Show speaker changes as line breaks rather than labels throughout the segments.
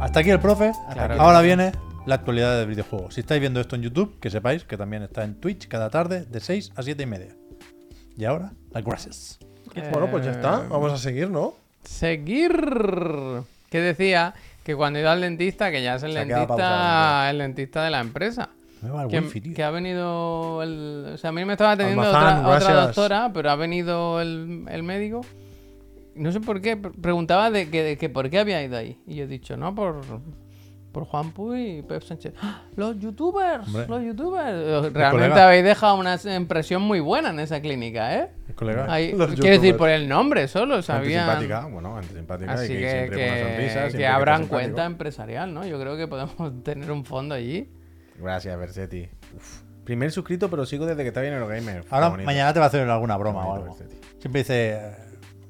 Hasta aquí el profe.
Claro.
Ahora viene la actualidad del videojuego. Si estáis viendo esto en YouTube, que sepáis que también está en Twitch cada tarde de 6 a 7 y media. Y ahora, las gracias.
Bueno, pues ya está. Vamos a seguir, ¿no?
Seguir. Que decía que cuando he ido al dentista, que ya es el
Se ha quedado
dentista,
pausado,
el dentista de la empresa.
Me va el
Que,
wifi, tío.
que ha venido el. O sea, a mí me estaba atendiendo
Almazán,
otra, otra
gracias.
doctora, pero ha venido el, el médico. No sé por qué. pre- Preguntaba de que, de que por qué había ido ahí. Y yo he dicho, no, por. Por Juan Puy y Pep Sánchez. ¡Ah! ¡Los youtubers!
Hombre.
¡Los youtubers! Realmente
colega.
habéis dejado una impresión muy buena en esa clínica, ¿eh?
El colega.
Ahí-
Los
quiero decir,
youtubers.
por el nombre solo,
Gente
sabían.
simpática, bueno, gente simpática
Así
y que,
que,
siempre con una sonrisa,
que,
siempre
que
que sea
abran
simpático.
cuenta empresarial, ¿no? Yo creo que podemos tener un fondo allí.
Gracias, Bersetti. Uf. Primer suscrito, pero sigo desde que está bien en los gamers.
Ahora
Está bonito.
mañana te va a hacer alguna broma
Está
o
bonito,
algo.
este,
Bersetti.
Siempre dice,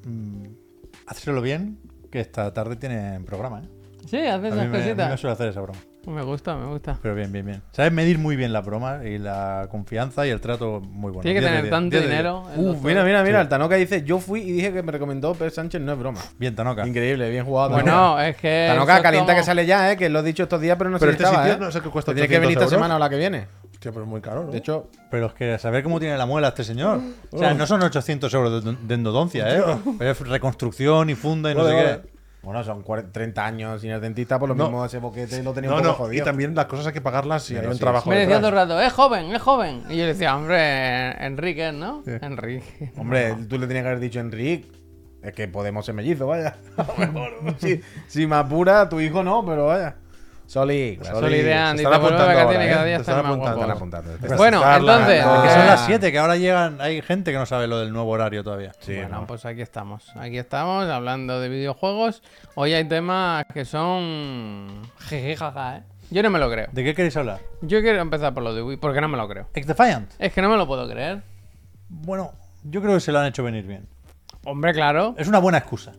mm, hacérselo bien, que esta tarde tienen programa, ¿eh?
Sí, hace
A
esas
mí me, a mí me
cositas.
suele hacer esa broma.
Me gusta, me gusta.
Pero bien, bien, bien. Sabes medir muy bien las bromas y la confianza y el trato muy bueno.
Tiene que
10 de
tener
10,
tanto
10 de
dinero. el
Uf,
doctor.
Uh, mira, mira, mira,
Sí.
el Tanoca dice, yo fui y dije que me recomendó Pep Sánchez, no es broma.
10. Bien, Tanoka.
Increíble, bien jugado.
Bueno, es que.
Tanoca
eso es
calienta
como-
que sale ya, eh, que lo he dicho estos días, pero no
Pero
se
este
estaba,
sitio
eh.
no sé qué cuesta
Tiene que venir
800
esta
euros.
semana o la que viene.
Hostia, pero es muy caro, ¿no?
De hecho,
Pero es que saber cómo tiene la muela este señor. O
Oh.
sea, no son 800 euros de, de endodoncia, ¿eh? Es reconstrucción y funda y no
Vale,
sé
vale.
qué.
bueno, son 40, 30 años sin el dentista, por lo
No.
mismo ese boquete lo tenía
no,
un poco
no. Y
jodido.
también las cosas hay que pagarlas si
Pero
hay un
sí,
trabajo.
Me decía todo
detrás.
el rato, es joven, es joven. Y yo le decía, hombre, Enrique, ¿no? Enrique.
Hombre, tú le tenías que haber dicho, Enrique, es que podemos ser mellizos, vaya. A lo mejor, si, si me apura, tu hijo no, pero vaya. Soli,
Solidean,
se
Pues dice,
están
por
apuntando
vacaciones
ahora, ¿eh?
cada día
Se
están
están
más
apuntando,
Están
guapos.
apuntando.
Bueno,
Bueno,
Besarla,
entonces.
Ah.
Que son
que-
las 7, que ahora llegan. Hay gente que no sabe lo del nuevo horario todavía.
Sí,
bueno,
no.
pues aquí estamos. Aquí estamos hablando de videojuegos. Hoy hay temas que son. Jeje, jaja, ¿eh? Yo no me lo creo.
¿De qué queréis hablar?
Yo quiero empezar por lo de Wii, porque no me lo creo.
Ex Defiant.
Es que no me lo puedo creer.
Bueno, yo creo que se lo han hecho venir bien.
Hombre, claro.
Es una buena excusa.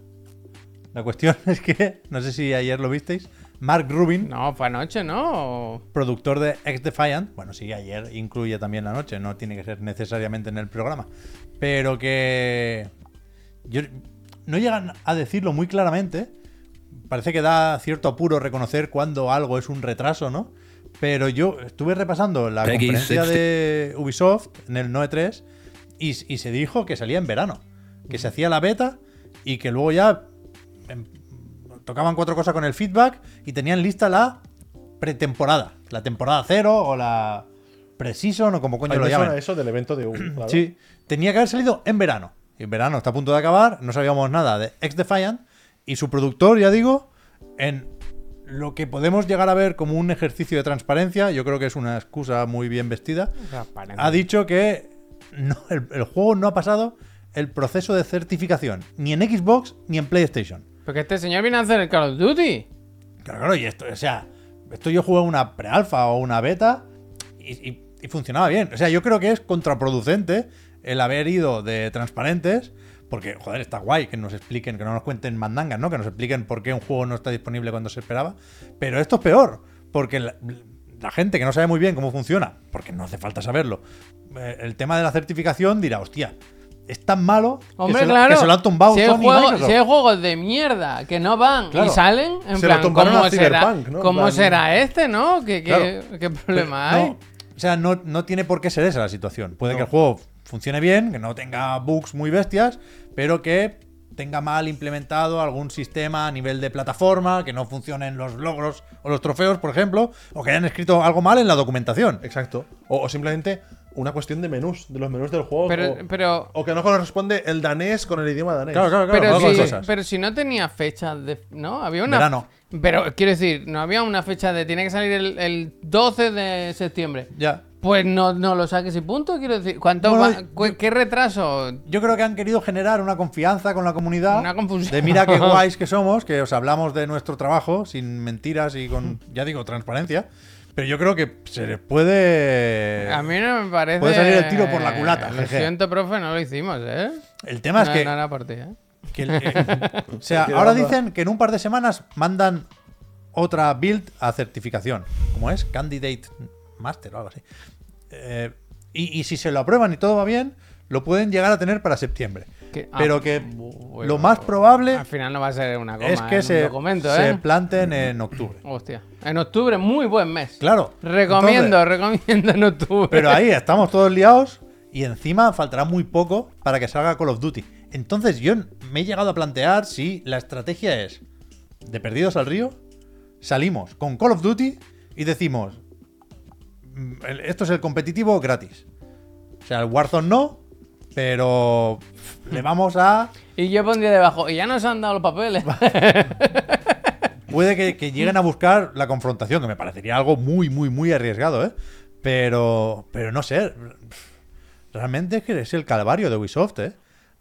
La cuestión es que, no sé si ayer lo visteis, Mark Rubin,
No, fue anoche, ¿no?
productor de Ex Defiant, bueno, sí, ayer incluye también la noche, no tiene que ser necesariamente en el programa, pero que yo- no llegan a decirlo muy claramente, parece que da cierto apuro reconocer cuando algo es un retraso, ¿no? Pero yo estuve repasando la
Peggy
conferencia de Ubisoft en el Noe 3 y, y se dijo que salía en verano, que se hacía la beta y que luego ya em, tocaban cuatro cosas con el feedback y tenían lista la pretemporada, la temporada cero o la pre-season o como coño
Ay,
lo
me suena
llaman.
eso del evento de Ubi, claro.
Sí, tenía que haber salido en verano. Y En verano está a punto de acabar, no sabíamos nada de Ex Defiant y su productor, ya digo, en lo que podemos llegar a ver como un ejercicio de transparencia, yo creo que es una excusa muy bien vestida, ha dicho que no, el, el juego no ha pasado el proceso de certificación, ni en Xbox ni en PlayStation.
Porque este señor viene a hacer el Call of Duty.
Claro, claro, y esto, o sea, esto yo jugué una pre-alfa o una beta y, y- y funcionaba bien. O sea, yo creo que es contraproducente el haber ido de transparentes, porque, joder, está guay que nos expliquen, que no nos cuenten mandangas, ¿no? Que nos expliquen por qué un juego no está disponible cuando se esperaba. Pero esto es peor, porque la, la gente que no sabe muy bien cómo funciona, porque no hace falta saberlo, eh, el tema de la certificación dirá, hostia, es tan malo que
Hombre,
se lo- que, se,
claro.
lo han tumbado
si hay,
Sony y
juego-
Microsoft.
si hay juegos de mierda que no van
Claro.
y salen, en
Se lo
plan,
tumbaron
¿cómo,
a
será,
Cyberpunk, ¿no? En
¿cómo
plan-
será este, no? ¿Qué, qué, qué problema
Pero
hay?
no, o sea, no, no tiene por qué ser esa la situación. Puede que el juego funcione bien, que no tenga bugs muy bestias, pero que tenga mal implementado algún sistema a nivel de plataforma, que no funcionen los logros o los trofeos, por ejemplo, o que hayan escrito algo mal en la documentación.
Exacto. O, o simplemente una cuestión de menús, de los menús del juego.
Pero-
o,
pero-
o que no corresponde el danés con el idioma danés.
Claro, claro, claro.
Pero,
algo de
si,
cosas.
pero si no tenía fecha de. ¿No? Había una.
Verano.
Pero quiero decir, no había una fecha de. Tiene que salir el, el 12 de septiembre.
Ya.
Pues no, no lo saques y punto, quiero decir. ¿Cuánto
Bueno,
va- cu- ¿Qué retraso?
Yo creo que han querido generar una confianza con la comunidad.
Una confusión.
De mira qué guays que somos, que os hablamos de nuestro trabajo sin mentiras y con, ya digo, transparencia. Pero yo creo que se les puede.
A mí no me parece. Eh,
puede salir el tiro por la culata,
Lo
jeje.
siento, profe, no lo hicimos, ¿eh?
El tema es
No,
que.
no era por ti, ¿eh?
que el- eh, o sea, ahora dicen que en un par de semanas mandan otra build a certificación. ¿Cómo es? Candidate Master o algo así. Eh, y, y si se lo aprueban y todo va bien, lo pueden llegar a tener para septiembre.
Que- ah,
pero que
bueno,
lo más
bueno.
probable
Al final no va a ser una coma,
es que
en un
se,
documento,
se
¿eh?
planten en octubre.
Hostia. En octubre, muy buen mes.
Claro.
Recomiendo,
Entonces,
recomiendo en octubre.
pero ahí estamos todos liados y encima faltará muy poco para que salga Call of Duty. Entonces yo me he llegado a plantear si la estrategia es de perdidos al río, salimos con Call of Duty y decimos, mm, el- esto es el competitivo gratis. O sea, el Warzone no, pero pff, le vamos a...
Y yo pondría debajo, y ya nos han dado los papeles.
Puede que, que lleguen a buscar la confrontación, que me parecería algo muy, muy, muy arriesgado, ¿eh? Pero, pero no sé. Realmente es que es el calvario de Ubisoft, ¿eh?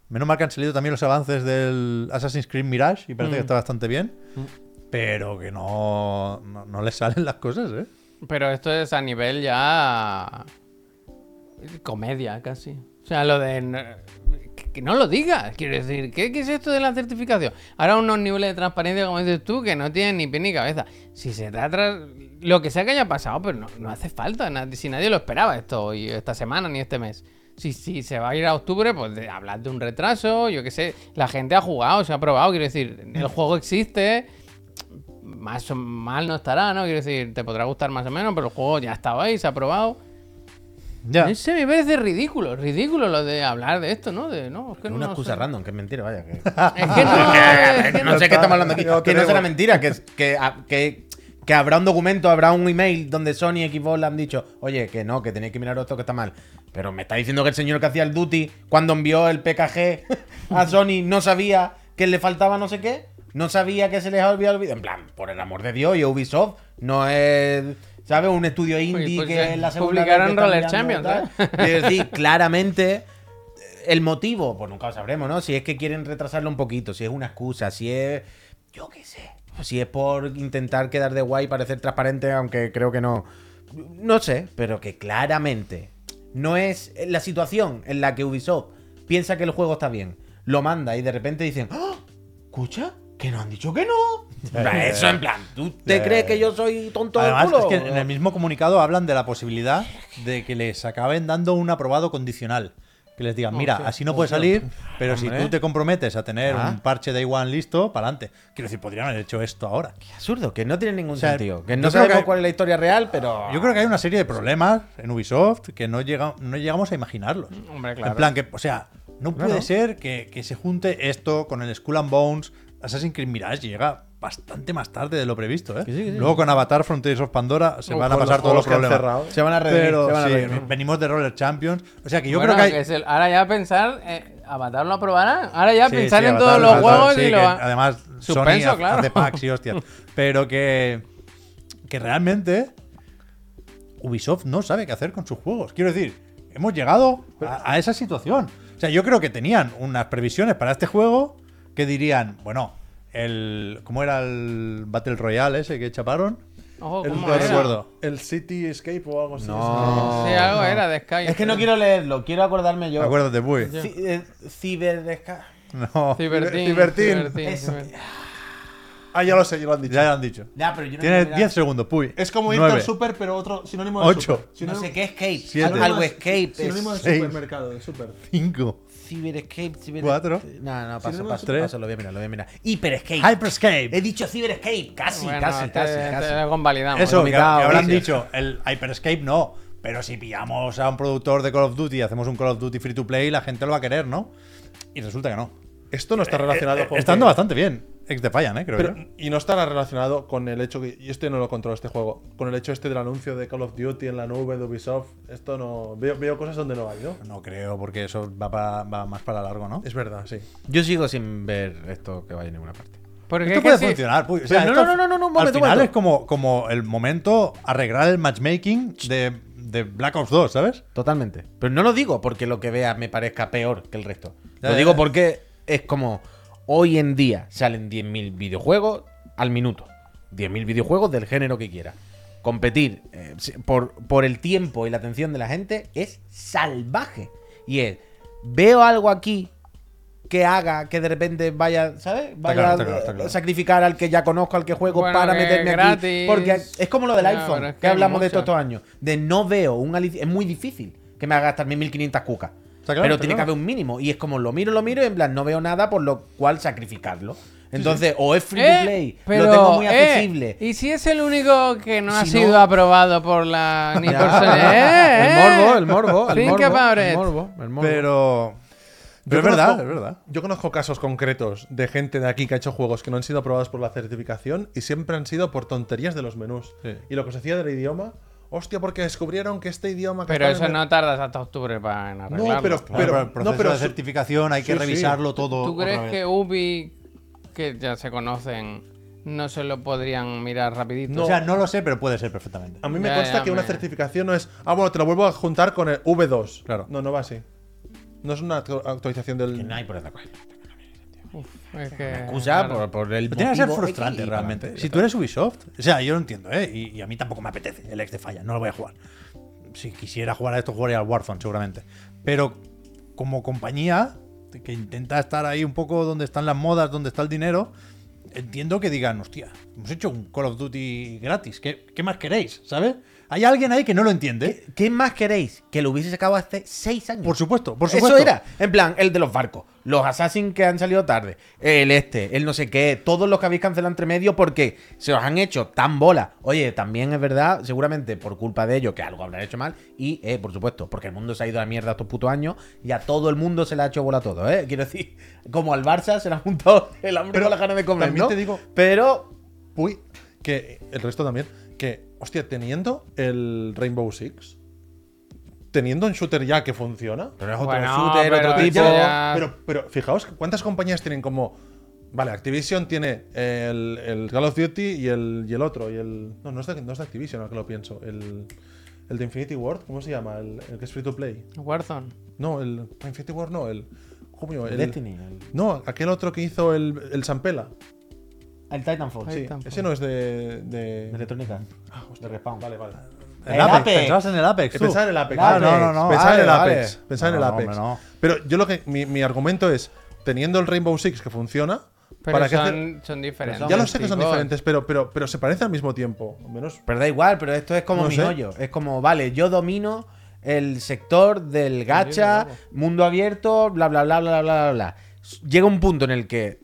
Menos mal que han salido también los avances del Assassin's Creed Mirage y parece que está bastante bien. Pero que no, no, no les salen las cosas, ¿eh?
Pero esto es a nivel ya. eh, comedia casi. O sea, lo de. no- que- Que no lo digas, quiero decir, ¿qué, qué es esto de la certificación? Ahora unos niveles de transparencia, como dices tú, que no tienen ni pie ni cabeza. Si se trata. Lo que sea que haya pasado, pero no, no hace falta. na- si nadie lo esperaba esto hoy, esta semana ni este mes. Si, si se va a ir a octubre, pues de, hablad de un retraso, yo qué sé. La gente ha jugado, se ha probado, quiero decir, el juego existe más o mal no estará, ¿no? Quiero decir, te podrá gustar más o menos, pero el juego ya estaba ahí, se ha probado.
Ya.
No sé, me parece ridículo, ridículo lo de hablar de esto, ¿no? De, no es que no,
Una
no
excusa
sé.
random, que es mentira, vaya. Que...
Es que no, es que no.
no sé qué estamos hablando aquí.
Yo
Que no
creo-
será mentira, que, que, a- que, que habrá un documento, habrá un email donde Sony y Xbox le han dicho, oye, que no, que tenéis que mirar esto que está mal. Pero me está diciendo que el señor que hacía el duty cuando envió el PKG a Sony no sabía que le faltaba no sé qué. No sabía que se les había olvidado. En plan, por el amor de Dios, y Ubisoft no es, ¿sabes? Un estudio indie
pues,
que
eh,
es la segunda vez
publicaron
que están
Roller
mirando,
Champions,
tal. Quiero decir, claramente el motivo, pues nunca lo sabremos, ¿no? Si es que quieren retrasarlo un poquito, si es una excusa, si es. Yo qué sé. Si es por intentar quedar de guay, parecer transparente, aunque creo que no. No sé, pero que claramente no es la situación en la que Ubisoft piensa que el juego está bien, lo manda y de repente dicen, ¡Ah! ¿escucha? Que no han dicho que no. Eso en plan, ¿tú te
Ya.
crees que yo soy tonto de
Además,
culo?
es que en el mismo comunicado hablan de la posibilidad de que les acaben dando un aprobado condicional. Que les digan, mira, así no Ah. puede salir, pero si tú te comprometes a tener un parche de One listo, para adelante. Quiero decir, podrían haber hecho esto ahora.
Absurdo, que no tiene ningún
sea,
sentido. Que
yo
no
creo
sabemos
que-
cuál es la historia real, pero.
Yo creo que hay una serie de problemas en Ubisoft que no, llega, no llegamos a imaginarlos.
Mm,
Hombre, claro.
En plan, que, o sea, no puede ser que, que se junte esto con el Skull and Bones. Assassin's Creed Mirage llega bastante más tarde de lo previsto, ¿eh? Luego con Avatar Frontiers of Pandora se
Uf,
van a
con los
pasar todos los
juegos que han
problemas.
cerrado.
Se van a redimir,
Pero
se van a
sí,
redimir.
venimos de Roller Champions. O sea que yo
Bueno,
creo que hay.
que es el- ahora ya pensar, eh, Avatar lo aprobarán, ahora ya
Sí,
pensar
sí,
en
Avatar,
todos los
Avatar,
juegos
sí,
y
que
lo va-
Además,
Suspenso,
Sony ha-
claro.
hace packs y hostias. Pero que. Que realmente. Ubisoft no sabe qué hacer con sus juegos. Quiero decir, hemos llegado a, a esa situación. O sea, yo creo que tenían unas previsiones para este juego que dirían, bueno, el. ¿Cómo era el Battle Royale ese que chaparon?
Ojo,
El-
¿cómo
no
era?
recuerdo.
El City Escape o algo así.
No.
Sí, algo
No.
era de Sky.
Es que no quiero leerlo, quiero acordarme yo.
Acuérdate, Puy.
Ci- eh, ciberesca-
No.
Cibertín.
Cibertín.
Cibertín,
Eso.
Cibertín.
Ah, ya lo sé, ya lo han dicho.
Ya lo han dicho.
Ya, pero yo no
Tienes 10
quiero mirar-
segundos, Puy.
Es como irte
Nueve.
al super, pero otro sinónimo de
Ocho.
super.
No
Sinónimo-
sé qué escape.
Siete.
algo- Algo escape.
Sinónimo de
es-
Seis.
supermercado, de super.
Cinco.
Ciberescape, ciber...
Cuatro.
No, no, paso,
Sinónimo de
paso,
super-
paso, lo voy a mirar, lo voy a mirar. Hiperescape.
Hyperscape.
He dicho ciberescape, casi,
Bueno,
casi,
te-
casi,
te
casi.
lo convalidamos.
Eso, que, que
Vomitado,
habrán
gracias.
dicho, el Hyperscape no. Pero si pillamos a un productor de Call of Duty y hacemos un Call of Duty free to play, la gente lo va a querer, ¿no? Y resulta que no.
Esto no está relacionado con.
Estando
que-
bastante bien. Ex de Fallan, ¿eh? Creo
Pero-
yo.
y no estará relacionado con el hecho que. Y esto yo no lo controlo este juego. Con el hecho este del anuncio de Call of Duty en la nube de Ubisoft. Esto no. Veo, veo cosas donde no hay, ¿no?
No creo, porque eso va, para- va más para largo, ¿no?
Es verdad, sí.
Yo sigo sin ver esto que vaya a ninguna parte.
Porque
Esto
es que
puede
sí-
funcionar. puy. O sea,
Pero no,
esto
no, no, no, no, un momento,
Al
un
final
momento.
es como, como el momento arreglar el matchmaking de, de Black Ops 2, ¿sabes?
Totalmente. Pero no lo digo porque lo que vea me parezca peor que el resto.
Ya,
lo
ya,
digo
ya.
porque es como hoy en día salen 10.000 videojuegos al minuto. 10.000 videojuegos del género que quiera. Competir eh, si- por, por el tiempo y la atención de la gente es salvaje. Y es, veo algo aquí que haga que de repente vaya, ¿sabes? Vaya
claro, está claro, está
a
claro.
sacrificar al que ya conozco, al que juego
Bueno,
para
que
meterme
gratis.
aquí. Porque es como lo del
Ya,
iPhone,
pero es
que,
que hay
hablamos de esto
muchas.
estos años. De no veo un alici- Es muy difícil que me haga gastarme 1500 cucas.
Está claro,
pero
está
tiene que
claro.
haber un mínimo. Y es como lo miro, lo miro y en plan no veo nada por lo cual sacrificarlo. Entonces, o es free
Eh,
to play,
pero,
lo tengo muy
eh,
accesible.
y si es el único que no ha
Si
sido
no-
aprobado por la ni
Ya.
por Sony. Eh,
el morbo,
eh.
el morbo, el
Think
morbo,
about
el
it.
morbo, el morbo.
Eh, Pero. Pero
Yo
es verdad,
conozco-
es verdad.
Yo conozco casos concretos de gente de aquí que ha hecho juegos que no han sido aprobados por la certificación y siempre han sido por tonterías de los menús.
Sí.
Y lo que se hacía del idioma, hostia, porque descubrieron que este idioma. que
Pero
está
eso
en el-
no tardas hasta octubre para en arreglarlo.
Claro,
pero-
pero el proceso
no, pero
de
su-
certificación hay que
sí, sí.
revisarlo todo.
¿Tú crees
otra vez.
que Ubi, que ya se conocen, no se lo podrían mirar rapidito?
O sea, no lo sé, pero puede ser perfectamente.
A mí me
Ya,
consta
ya,
que una
me-
certificación no es. Ah, bueno, te lo vuelvo a juntar con el V2.
Claro.
No, no va así. No es una actu- actualización del.
Que no hay por esa cosa.
Uf, es que-
Excusa
claro.
por, por el
Pero tiene que ser
motivo
frustrante
X y
realmente.
para
Si tú eres Ubisoft, o sea, yo lo entiendo, ¿eh? Y, y a mí tampoco me apetece el ex de falla, no lo voy a jugar. Si quisiera jugar a esto, jugaría al Warzone, seguramente. Pero como compañía que intenta estar ahí un poco donde están las modas, donde está el dinero, entiendo que digan, hostia, hemos hecho un Call of Duty gratis, ¿qué, qué más queréis? ¿Sabes? Hay alguien ahí que no lo entiende.
adelante. ¿Qué más queréis? Que lo hubiese sacado hace seis años.
Por supuesto, por supuesto.
Eso era. En plan, el de los barcos. Los Assassin que han salido tarde. El este, el no sé qué. Todos los que habéis cancelado entre medio porque se os han hecho tan bola. Oye, también es verdad, seguramente por culpa de ellos, que algo habrán hecho mal. Y, eh, por supuesto, porque el mundo se ha ido a la mierda estos putos años y a todo el mundo se le ha hecho bola todo, ¿eh? Quiero decir, como al Barça se le ha juntado el hambre
Pero
con la gana de comer,
también
¿no?
te digo-
Pero
Uy, que el resto también. Que, hostia, teniendo el Rainbow Six, teniendo un shooter ya que funciona.
Pero es otro
Bueno,
shooter,
pero
otro
eso
tipo.
ya-
Pero, pero fijaos cuántas compañías tienen como. Vale, Activision tiene el, el Call of Duty y el, y el otro. Y el, no, no es, de, no es de Activision, ahora que lo pienso. El, el de Infinity Ward, ¿cómo se llama? El, el que es free to play.
Warzone.
No, el. no, Infinity Ward no, el. coño, el-
Destiny, el-
No, aquel otro que hizo el, el Sampela.
El Titanfall,
Sí,
tampoco.
ese no es de. de-
De electrónica.
de Respawn. Vale, vale.
El Apex, pensabas en el Apex. tú.
eh, Pensar en el Apex.
Ah, no,
Apex.
no, no.
Pensar en el
vale,
Apex.
vale.
Pensar en el
No,
Apex.
hombre, no.
Pero yo lo que. Mi, mi argumento es, teniendo el Rainbow Six que funciona,
Pero
¿para qué
son,
hacer-
son diferentes.
Ya lo sé que son
chicos.
diferentes, pero, pero, pero se parecen al mismo tiempo. Al menos.
Pero da igual, pero esto es como
No
mi
sé.
hoyo. Es como, vale, yo domino el sector del gacha, mundo abierto, bla, bla, bla, bla, bla, bla, bla. Llega un punto en el que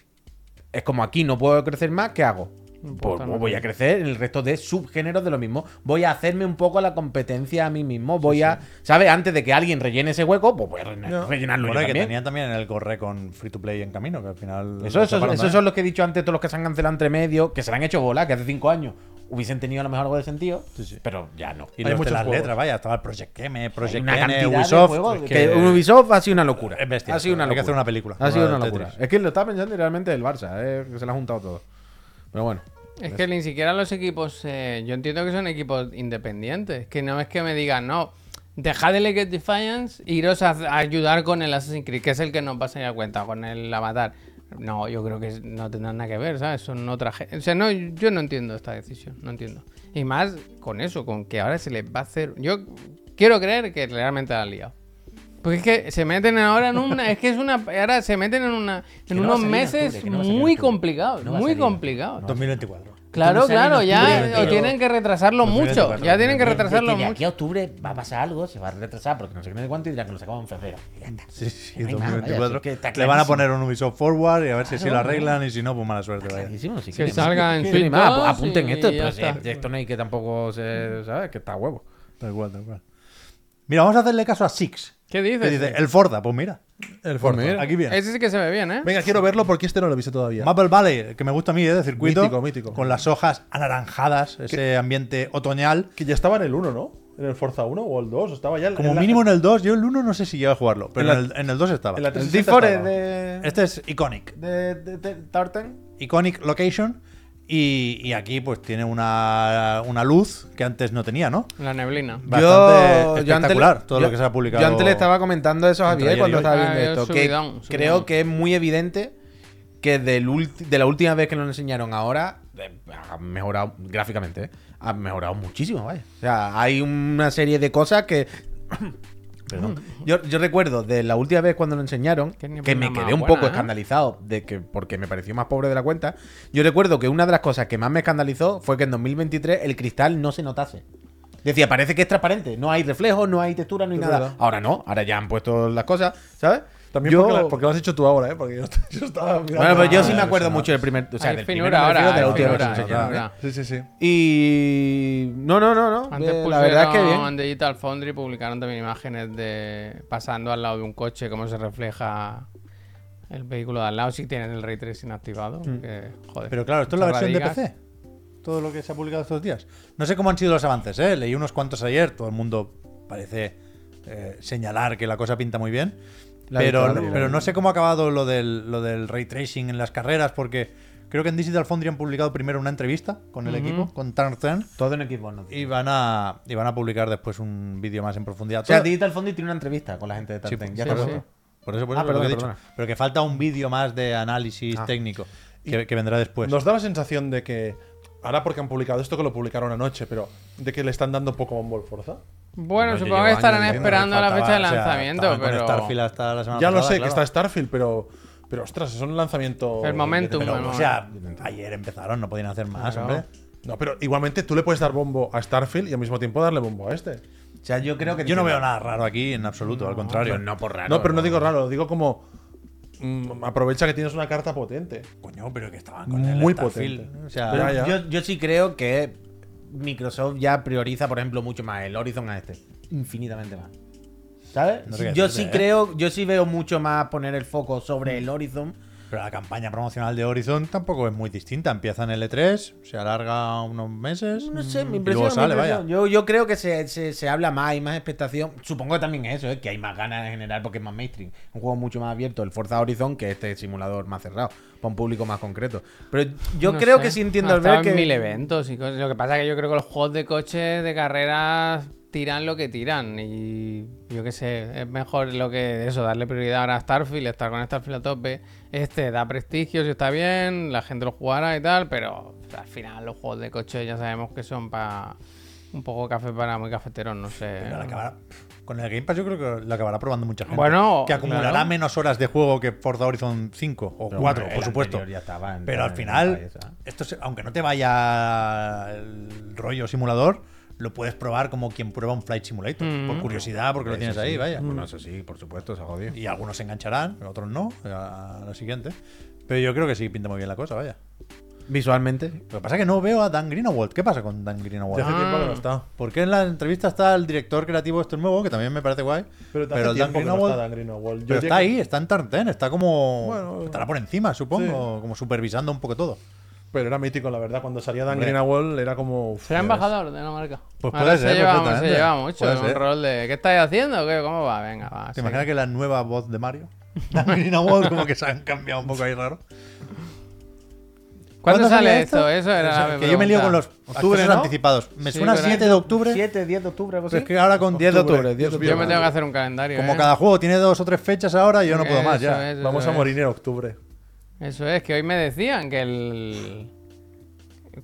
es como aquí no puedo crecer más, ¿qué hago?
No
Pues
importa, no.
voy a crecer en el resto de subgéneros de lo mismo. Voy a hacerme un poco la competencia a mí mismo. Voy a, ¿sabes? Antes de que alguien rellene ese hueco, pues voy a rellena-
Ya.
rellenarlo yo
Bueno, y que
también.
tenían también el corre con free to play en camino, que al final.
Eso,
lo
eso-
taparon
esos
también.
son los que he dicho antes, todos los que se han cancelado entre medio, que se le han hecho bola, que hace cinco años hubiesen tenido a lo mejor algo de sentido, pero ya no.
Y
Hay
los de
muchos
las
juegos.
letras, vaya, estaba el Project M,
Hay
Project
una
N,
cantidad de
Ubisoft.
juegos
es
que
que-
Ubisoft ha sido una locura.
Es bestia,
ha sido una
hay que
locura.
hacer una película,
Ha sido
como
una
la de
locura.
Tetris.
Es que lo estaba pensando y realmente el Barça, eh, que se lo ha juntado todo. Pero bueno.
Es que ni siquiera los equipos. eh, yo entiendo que son equipos independientes. Que no es que me digan, no, dejad el League of Defiance e iros a, a ayudar con el Assassin's Creed, que es el que nos pasa a cuenta, con el Avatar. No, yo creo que no tendrán nada que ver, ¿sabes? Son otra gente. O sea, no, yo no entiendo esta decisión, no entiendo. Y más con eso, con que ahora se les va a hacer. Yo quiero creer que realmente la han liado. Porque es que se meten ahora en una. Es que es una. Ahora se meten en una. En
no va a
unos
salir en
meses
octubre, que no va a salir en
muy
octubre.
complicados.
No va a
muy
salir en octubre.
complicados.
2024.
Claro,
Entonces,
claro,
en
ya eh,
octubre,
o
pero-
tienen que retrasarlo mucho.
2024,
Ya tienen que
Que-
retrasarlo
que de aquí
mucho.
a octubre va a pasar algo, se va a retrasar porque no sé qué, no sé cuánto y dirán que lo sacamos en febrero. Y ya está.
Sí, sí,
No hay nada, vaya,
2024.
sí, que está
Le van a
clarísimo.
poner un Ubisoft Forward y a ver si,
Claro,
sí lo arreglan y si no, pues mala suerte. vaya.
Clarísimo, si
Que
quieren.
salga en
Si quieren,
Switch
más,
dos
apunten
y
esto,
ya
pero si
está.
esto no hay que tampoco se, ¿sabes? Que está a huevo.
Tal cual, tal cual. Mira, vamos a hacerle caso a Six.
¿Qué
Que
dices?
dice, el Forza, pues mira.
El Forza.
Aquí viene.
Ese sí que se ve bien, ¿eh?
Venga, quiero verlo porque este no lo he visto todavía.
Maple Valley, el que me gusta a mí, ¿eh? de circuito.
Mítico, mítico.
Con las hojas anaranjadas, ese ambiente otoñal.
Que ya estaba en el 1, ¿no? En el Forza 1 o el 2, estaba ya. en
Como
la-
mínimo en el 2, yo el 1 no sé si llego a jugarlo, pero
En
en,
la-
el, en el 2 estaba.
en la 360
Deep Forest
estaba.
de,
Este es Iconic.
de, de- de Tartan.
Iconic Location. Y, y aquí pues tiene una, una luz que antes no tenía, ¿no?
La neblina.
Bastante
antes-
espectacular todo
yo-
lo que se ha publicado.
Yo antes le estaba comentando eso a
entre
Javier
ayer y
cuando
hoy.
estaba
Ah,
viendo
yo
esto. que
subidón, subidón.
Creo que es muy evidente que del ulti- de la última vez que lo enseñaron ahora eh, ha mejorado gráficamente. eh, ha mejorado muchísimo, vaya. O sea, hay una serie de cosas que. Perdón. Yo, yo recuerdo de la última vez cuando lo enseñaron,
Mm. Que ni
que me
una
quedé
más
un poco
buena, ¿eh?
escandalizado de que porque me pareció más pobre de la cuenta. Yo recuerdo que una de las cosas que más me escandalizó fue que en 2023 el cristal no se notase. Decía, parece que es transparente, no hay reflejos, no hay textura, no hay
Es
nada.
verdad.
Ahora no, ahora ya han puesto las cosas, ¿sabes?
También
Yo-
porque, la- porque lo has hecho tú ahora, ¿eh? Porque yo, yo estaba mirando.
Bueno,
pues
pero yo sí
Ah,
me
no
acuerdo
sé nada.
mucho del primer. O sea,
Hay
del primero
finura
me
ahora,
Ah,
refiero, de la
hay
última
finura,
versión,
hay
ya,
finura.
Sí, sí, sí.
Y. No, no, no, no.
Antes
Eh,
pusieron
la verdad es que bien.
en Digital Foundry publicaron también imágenes de pasando al lado de un coche, cómo se refleja el vehículo de al lado si tienen el ray tracing activado. que, joder,
Mm. Pero claro, esto es la
muchas
versión de
radigas.
PC. Todo lo que se ha publicado estos días. No sé cómo han sido los avances, ¿eh? Leí unos cuantos ayer. Todo el mundo parece eh, señalar que la cosa pinta muy bien.
La
pero,
victoria,
no-
la
pero no sé cómo ha acabado lo del, lo del ray tracing en las carreras, porque creo que en Digital Foundry han publicado primero una entrevista con el equipo, con Turn 10,
Todo en Xbox, no.
y van a, y van a publicar después un vídeo más en profundidad.
O sea,
Todo-
Digital Foundry tiene una entrevista con la gente de Tartan.
Sí,
ya
sí,
está
sí.
puesto.
Por eso, por
Ah,
eso es lo que he
perdona,
dicho.
perdona.
Pero que falta un vídeo más de análisis técnico que, que vendrá después.
Nos da la sensación de que. Ahora porque han publicado esto que lo publicaron anoche, pero de que le están dando poco bombo al Forza.
Bueno,
Bueno, yo
supongo que
llevo
estarán
años viendo
esperando
que
la
faltaba,
fecha de
o sea,
lanzamiento,
estaban con
pero.
Starfield hasta la semana
ya lo
pasada,
sé que
claro.
está Starfield, pero. Pero ostras, es un lanzamiento.
El momentum,
Pero-
el
O sea, ayer empezaron, no podían hacer más,
Claro.
hombre.
no, pero igualmente tú le puedes dar bombo a Starfield y al mismo tiempo darle bombo a este.
O sea, yo creo que.
Yo no veo nada raro aquí en absoluto, al contrario.
Pero no por raro.
no, pero no, digo raro, lo digo como. mm, aprovecha que tienes una carta potente.
Coño, pero que estaban con el
Muy
Starfield.
potente.
O sea,
Pero- Ya, ya.
Yo, yo sí creo que Microsoft ya prioriza, por ejemplo, mucho más el Horizon a este. Infinitamente más. ¿Sabes?
No sé qué
yo
decirte,
sí
¿eh?
creo, yo sí veo mucho más poner el foco sobre el Horizon.
pero la campaña promocional de Horizon tampoco es muy distinta. Empieza en L3, se alarga unos meses.
No sé, me
y
impresiona.
luego
me
sale,
impresiona.
vaya.
Yo, yo creo que se, se- se habla más, hay más expectación. Supongo que también es eso, ¿eh? que hay más ganas en general porque es más mainstream. Un juego mucho más abierto, el Forza Horizon, que este simulador más cerrado, para un público más concreto. Pero yo
no
creo
sé.
que sí entiendo
Ha
al ver
estado
que.
en mil eventos y cosas. Lo que pasa es que yo creo que los juegos de coches de carreras tiran lo que tiran y yo qué sé, es mejor lo que eso, darle prioridad ahora a Starfield, estar con Starfield a tope. Este da prestigio si está bien, la gente lo jugará y tal, pero al final los juegos de coches ya sabemos que son para un poco café para muy cafeteros, no sé.
Pero la acabará- con el Game Pass yo creo que la acabará probando mucha gente.
Bueno,
que acumulará
claro.
menos horas de juego que Forza Horizon 5 o 4,
Pero bueno,
por
el
supuesto.
anterior ya estaba en-
Pero al
en- ¿eh?
final,
en- en-
esto se- aunque no te vaya el rollo simulador, lo puedes probar como quien prueba un Flight Simulator.
Mm.
Por curiosidad, porque lo
Eso
tienes
sí. Mm.
ahí, vaya.
Bueno, eso sí, por supuesto, se ha jodido.
Y algunos se engancharán, otros no, a la siguiente. Pero yo creo que sí pinta muy bien la cosa, vaya.
Visualmente.
Lo que pasa es que no veo a Dan Greenawald. ¿Qué pasa con Dan Greenawald?
De
Ah,
hace tiempo que no está.
Porque en la entrevista está el director creativo este nuevo, que también me parece guay. Pero,
Pero, te hace
el Dan
tiempo que no
Greenawald
está Dan Greenwald. Yo
Pero
llegué-
está ahí, está en Tartén, está como.
Bueno,
estará por encima, supongo, como supervisando un poco todo.
Pero era mítico, la verdad. Cuando salía Dan
Hombre.
Greenawald era como. uf,
Será
ya ves.
embajador de la marca.
Pues
Ahora
puede
se
ser,
lleva, se
perfectamente.
lleva mucho
Puede
un
ser.
rol de ¿qué estáis haciendo? ¿Qué? ¿Cómo va? Venga, va.
¿Te
sí.
imaginas que la nueva voz de Mario? Dan Greenawald, como que se han cambiado un poco ahí raro.
¿Cuándo sale esto? Eso era
O sea,
la
que yo me lío
pregunta.
con los
Octubre,
octubre
¿no?
anticipados. Me
Sí,
suena
pero
7 de octubre.
7, 10 de octubre, algo
pero
así.
es que ahora con
10 de
Dios
octubre, 10 de
mío.
Yo me tengo que hacer un calendario.
Como
¿eh?
cada juego tiene dos o tres fechas ahora, yo no puedo más
Eso
ya.
es,
Vamos
eso
a
es.
morir en octubre.
Eso es, que hoy me decían que el.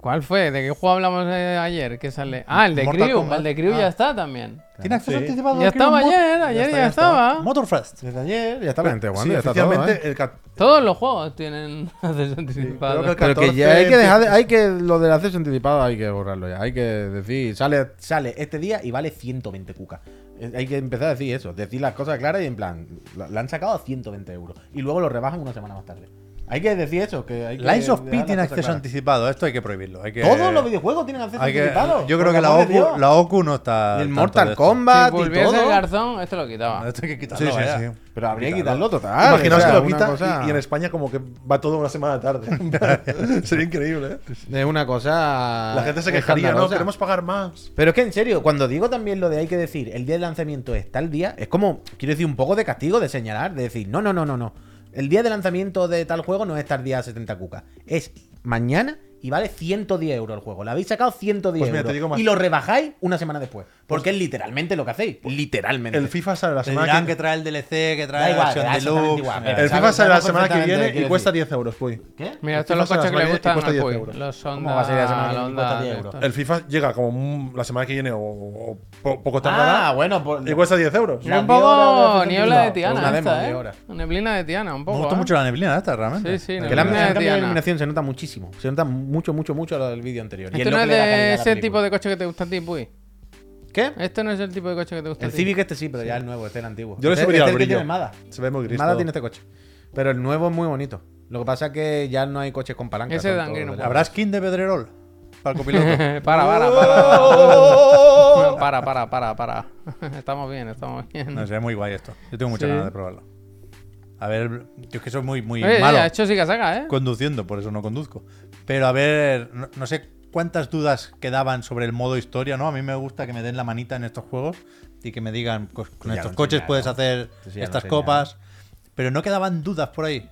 ¿Cuál fue? ¿De qué juego hablamos eh, ayer? ¿Qué sale? Ah, el de
Mortal
Crew.
Kombat.
El de Crew
Ah.
ya está también.
¿Tiene acceso
Sí.
anticipado?
Ya
al
estaba
Kingdom
ayer, ayer
está,
ya
ya
estaba.
Motorfest.
Desde ayer ya está la gente
Sí,
jugando, ya está todo,
oficialmente
¿eh?
el cat-
Todos los juegos tienen acceso anticipado.
creo que
Pero que
14
ya hay que dejar, de- hay que lo del acceso anticipado hay que borrarlo ya, hay que decir, sale, sale este día y vale 120 cuca. Eh, Hay que empezar a decir eso, decir las cosas claras y en plan, la, la han sacado a 120 euros y luego lo rebajan una semana más tarde. Hay que decir eso, que hay que
Lines of
dejar
P
las
tiene
cosas
acceso
claras.
anticipado, esto hay que prohibirlo. Hay que,
Todos los videojuegos tienen acceso
hay que-
anticipado.
Yo
por
creo que
el
la
amor de
OCU,
Dios.
la OCU no está.
Y
al tanto de
el Mortal
esto.
Kombat
Si
y
volviese el
todo. Ah,
garzón, esto lo quitaba.
Esto hay que
Sí,
quitarlo.
sí,
vaya.
sí.
Pero habría que quitarlo total.
Imaginaos
Ah, o sea,
que lo
una
quita
cosa-
y, y en España como que va todo una semana tarde. Sería increíble, ¿eh?
Es una cosa.
La gente se quejaría,
Ah,
no,
escandalosa.
queremos pagar más.
Pero es que en serio, cuando digo también lo de hay que decir el día de lanzamiento es tal día, es como, quiero decir, un poco de castigo, de señalar, de decir, no, no, no, no, no. El día de lanzamiento de tal juego no es tal día 70 cuca. Es mañana y vale 110 euros el juego. Lo habéis sacado 110
Pues mira, te
euros.
digo más. Pues
Y lo rebajáis una semana después. Porque es literalmente lo que hacéis. literalmente.
El FIFA sale la
Te
semana
dirán
que,
que trae el DLC, que
Da
trae la
igual, da
versión
exactamente
deluxe.
igual,
mira,
pero
El
sabes-
FIFA sale la
sabes
semana que
perfectamente
viene
qué
y
quiere
cuesta
decir.
10 euros, puy.
¿Qué?
Mira,
El
esto es los coches
FIFA
que
se
le
las
gustan a
valía y cuesta 10
Puy,
euros.
Los
¿Cómo va a ser la semana
Honda,
que
la
viene y
Honda
cuesta 10
de
euros?
estos.
El FIFA llega como mm, la semana que viene o, o po- poco tardará
Ah, bueno, por,
y cuesta 10 euros.
La
Un poco
Diora,
niebla de
no,
Tiana.
una demo
esta,
de
¿eh?
Diora.
Neblina de Tiana, un
Me
poco.
gustó
¿eh?
mucho la neblina esta, realmente.
Sí, sí,
Que
Que le han,
Una
le han
de
cambiado la
Diana.
iluminación, se nota muchísimo. Se nota mucho, mucho, mucho al vídeo anterior. Y el
Esto Este no
no
es
le da calidad a
de
la
ese
película.
tipo de coche que te gusta a ti, Puy.
¿Qué?
Este no es el tipo de coche que te gusta. a
El
ti.
Civic este sí, pero ya el nuevo, este el antiguo.
Yo le
Este-
subiría
este
el
el que
brillo.
tiene Mada.
Se ve muy gris.
Mada
todo.
tiene este coche. Pero el nuevo es muy bonito. Lo que pasa es que ya no hay coches con palanca.
Ese
son
Dan
todos
Green
de-
no
¿Habrá skin de Pedrerol? Para el copiloto.
para, para, para, para, para, para, para. Estamos bien, estamos bien.
No sé, muy guay esto. Yo tengo muchas
Sí.
ganas de probarlo. A ver, yo es que soy muy, muy
Oye,
malo
ha hecho sí que saca, ¿eh?
conduciendo, por eso no conduzco. Pero a ver, no, no sé cuántas dudas quedaban sobre el modo historia, ¿no? A mí me gusta que me den la manita en estos juegos y que me digan, co- con
ya
estos
lo
coches
enseñaron.
puedes hacer
Esto sí Pues ya lo
estas
enseñaron.
copas. Pero no quedaban dudas por ahí.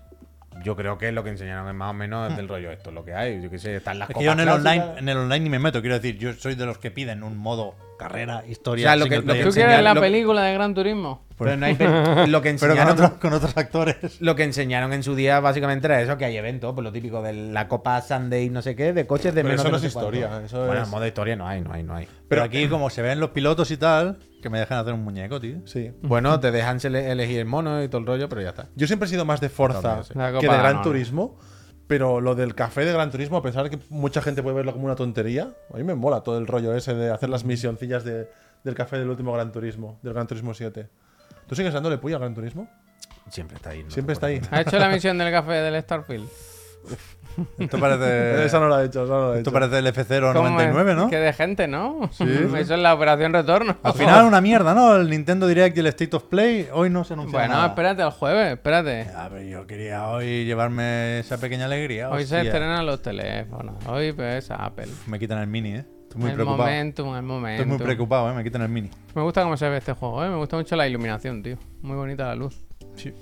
Yo creo que lo que enseñaron es más o menos del rollo esto, lo que hay. Yo qué sé, están las
Es
copas
que yo en el,
clásicas.
online, en el online ni me meto, quiero decir, yo soy de los que piden un modo carrera, historia,
O sea, lo que-
single
lo que
player.
¿Tú quieres
enseñar
la
lo-
película de Gran Turismo?
Pero no hay pe- lo que
pero
enseñaron
con, otros- con otros actores.
Lo que enseñaron en su día básicamente era eso, que hay eventos, pues lo típico de la Copa Sunday, no sé qué, de coches de
Pero
menos
eso
de
no
sé
es historia,
cuánto.
eso
Bueno,
es-
modo historia no hay, no hay, no hay.
Pero aquí, como se ven los pilotos y tal, que me dejan hacer un muñeco, tío.
Sí.
Bueno, te dejan sele- elegir el mono y todo el rollo, pero ya está.
Yo siempre he sido más de Forza
También, sí.
La
que
Copa
de Gran
Ganona.
Turismo. Pero lo del café de Gran Turismo, a pesar de que mucha gente puede verlo como una tontería, a mí me mola todo el rollo ese de hacer las misioncillas de- del café del último Gran Turismo, del Gran Turismo 7. ¿Tú sigues dándole puya al Gran Turismo?
Siempre está ahí. no te
Siempre está ahí.
¿Ha hecho la misión del café del Starfield?
Esto parece,
esa no la he hecho, esa no la he
esto
hecho.
Eh, parece el F0
¿Cómo es?
99, ¿no?
Que de gente, ¿no?
Sí, sí.
Eso es la operación retorno.
Al final una mierda, ¿no? El Nintendo Direct y el State of Play hoy no se anunció
Bueno,
nada.
espérate al jueves, espérate.
A ver, yo quería hoy llevarme esa pequeña alegría.
Hoy se
hostia.
estrenan los teléfonos. Hoy pues Apple.
Me quitan el mini, ¿eh? Estoy muy
el
preocupado.
momentum, el momento.
Estoy muy preocupado, ¿eh? Me quitan el mini.
Me gusta cómo se ve este juego, ¿eh? Me gusta mucho la iluminación, tío. Muy bonita la luz.
Sí.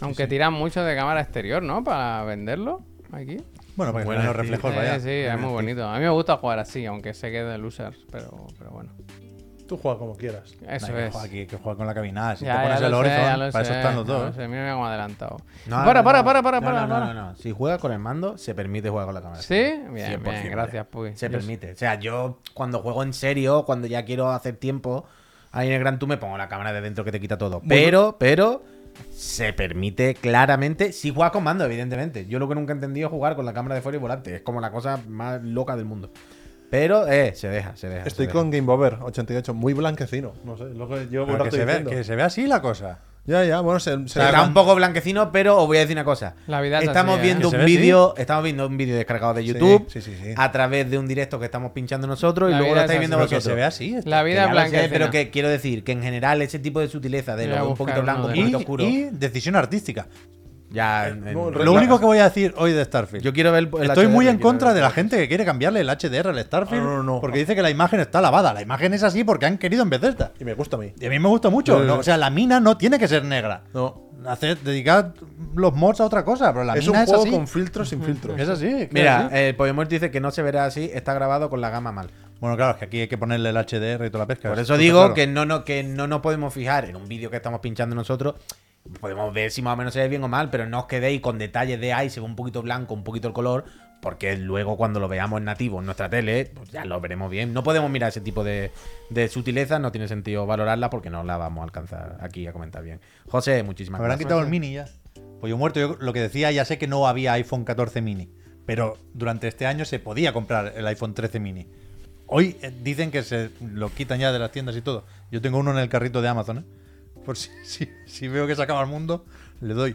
Aunque tiran mucho de cámara exterior, ¿no? Para venderlo aquí.
Bueno, para que
Buena
tengan los
actitud.
reflejos,
Eh,
Pues vaya.
sí, es muy bonito. A mí me gusta jugar así, aunque sé que es de losers, pero, pero bueno.
Tú juega como quieras.
Eso
Hay que
es.
jugar aquí, hay que jugar con la cabina. Si
Ya,
te
ya
pones
lo
el
sé, ya lo
Horizon, para
sé,
eso están los
ya lo
dos. ¿eh?
sé. Mira cómo adelantado.
No, no,
para,
no,
para,
no.
para, para,
No,
para,
no, no,
para.
no, no. Si juega con el mando, se permite jugar con la cámara.
¿Sí? Bien,
100%,
bien, gracias, Puy.
Se
Yo-
permite. O sea, yo cuando juego en serio, cuando ya quiero hacer tiempo, ahí en el Gran Tour me pongo la cámara de dentro que te quita
Pues
todo. Pero, pero, se permite claramente, si juega con mando, evidentemente. Yo lo que nunca he entendido es jugar con la cámara de fuera y volante. Es como la cosa más loca del mundo. Pero, eh, se deja, se deja. se
Estoy
deja.
con Game Over 88, muy blanquecino. No sé, lo que llevo
Pero
un
que,
rato
se ve,
diciendo.
que se ve así la cosa.
Ya, ya, bueno, se, se-
Está un poco blanquecino, pero os voy a decir una cosa.
La vida es
estamos
así, ¿eh?
viendo
¿Que se
un
ve así?
vídeo, estamos viendo un vídeo descargado de YouTube
sí, sí, sí.
a través de un directo que estamos pinchando nosotros
La
y luego
vida
lo
es
estáis
así.
viendo
Pero que
vosotros.
se ve así. esto.
La
Que
vida
ya lo
blanca.
sé,
y
pero
fina.
que quiero decir que en general ese tipo de sutileza de
Voy a
lo un poquito
buscar
blanco,
uno
un
de
poquito
Y,
oscuro.
y decisión artística.
ya, en-
no,
en-
Pero
Lo
claro.
único que voy a decir hoy de Starfield.
Eh, yo quiero ver. el- el
Estoy
HDR,
muy en
quiero
contra
ver.
de la gente que quiere cambiarle el HDR al Starfield
No, no, no.
porque dice que la imagen está lavada. La imagen es así porque han querido en Bethesda.
Y me gusta a mí.
Y a mí me gusta mucho.
Sí,
¿no?
sí.
O sea, la mina no tiene que ser negra.
Eh. No.
Hacer, dedicar los mods a otra cosa, pero la
es un
mina es
juego
así.
con filtros sin filtros.
Es así. claro,
Mira,
sí.
eh, el Pollo Muerto dice que no se verá así, está grabado con la gama mal.
Bueno, claro, es que aquí hay que ponerle el HDR y toda la pesca.
Por
es
eso
súper
digo
claro.
que no, no, que no nos podemos fijar en un vídeo que estamos pinchando nosotros. Podemos ver si más o menos se ve bien o mal, pero no os quedéis con detalles de ahí, se ve un poquito blanco, un poquito el color, porque luego cuando lo veamos en nativo en nuestra tele, pues ya lo veremos bien. No podemos mirar ese tipo de, de sutilezas, no tiene sentido valorarla porque no la vamos a alcanzar aquí a comentar bien. José, muchísimas
Habrán
gracias.
quitado el mini ya. Pues yo muerto, yo lo que decía, ya sé que no había iPhone 14 mini, pero durante este año se podía comprar el iPhone 13 mini. Hoy eh, dicen que se lo quitan ya de las tiendas y todo. Yo tengo uno en el carrito de Amazon, ¿eh? Por si, si- si veo que se acaba el mundo, le doy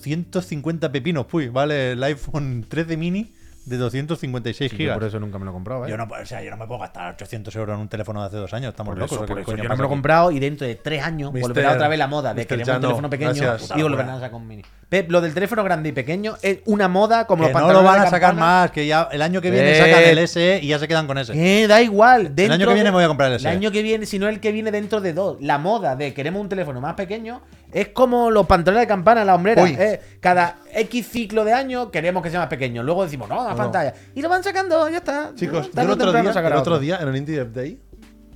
850 pepinos, puy, vale el iPhone 13 mini de 256
Sí, yo
gigas.
por eso nunca me lo he comprado, ¿eh?
Yo no, o sea, yo no me puedo gastar 800 euros en un teléfono de hace dos años, estamos
Por
locos.
eso,
¿o qué
por eso.
coño
Yo no
pasa
me lo he
aquí?
comprado y dentro de tres años
Mister-
volverá otra vez la moda de
Mister
queremos un
Llano,
teléfono pequeño
gracias.
y volverán a sacar un mini. Pep, lo del teléfono grande y pequeño es una moda como
Que
los
no lo
pantalones
van
de
a sacar
campana.
más, que ya el año que viene
Eh.
sacan el SE y ya se quedan con ese.
Eh, da igual. dentro
año que
de-
viene me voy a comprar el SE.
año que viene, si no el que viene dentro de dos. La moda de queremos un teléfono más pequeño es como los pantalones de campana, la hombrera.
Uy.
Eh, cada X ciclo de año queremos que sea más pequeño. Luego decimos, no, más
No, no.
pantalla. Y lo van sacando, ya está.
Chicos, yo
Tarde
el
o
otro,
temprano
día,
sacará
el otro
otro.
día en el Indie Dev Day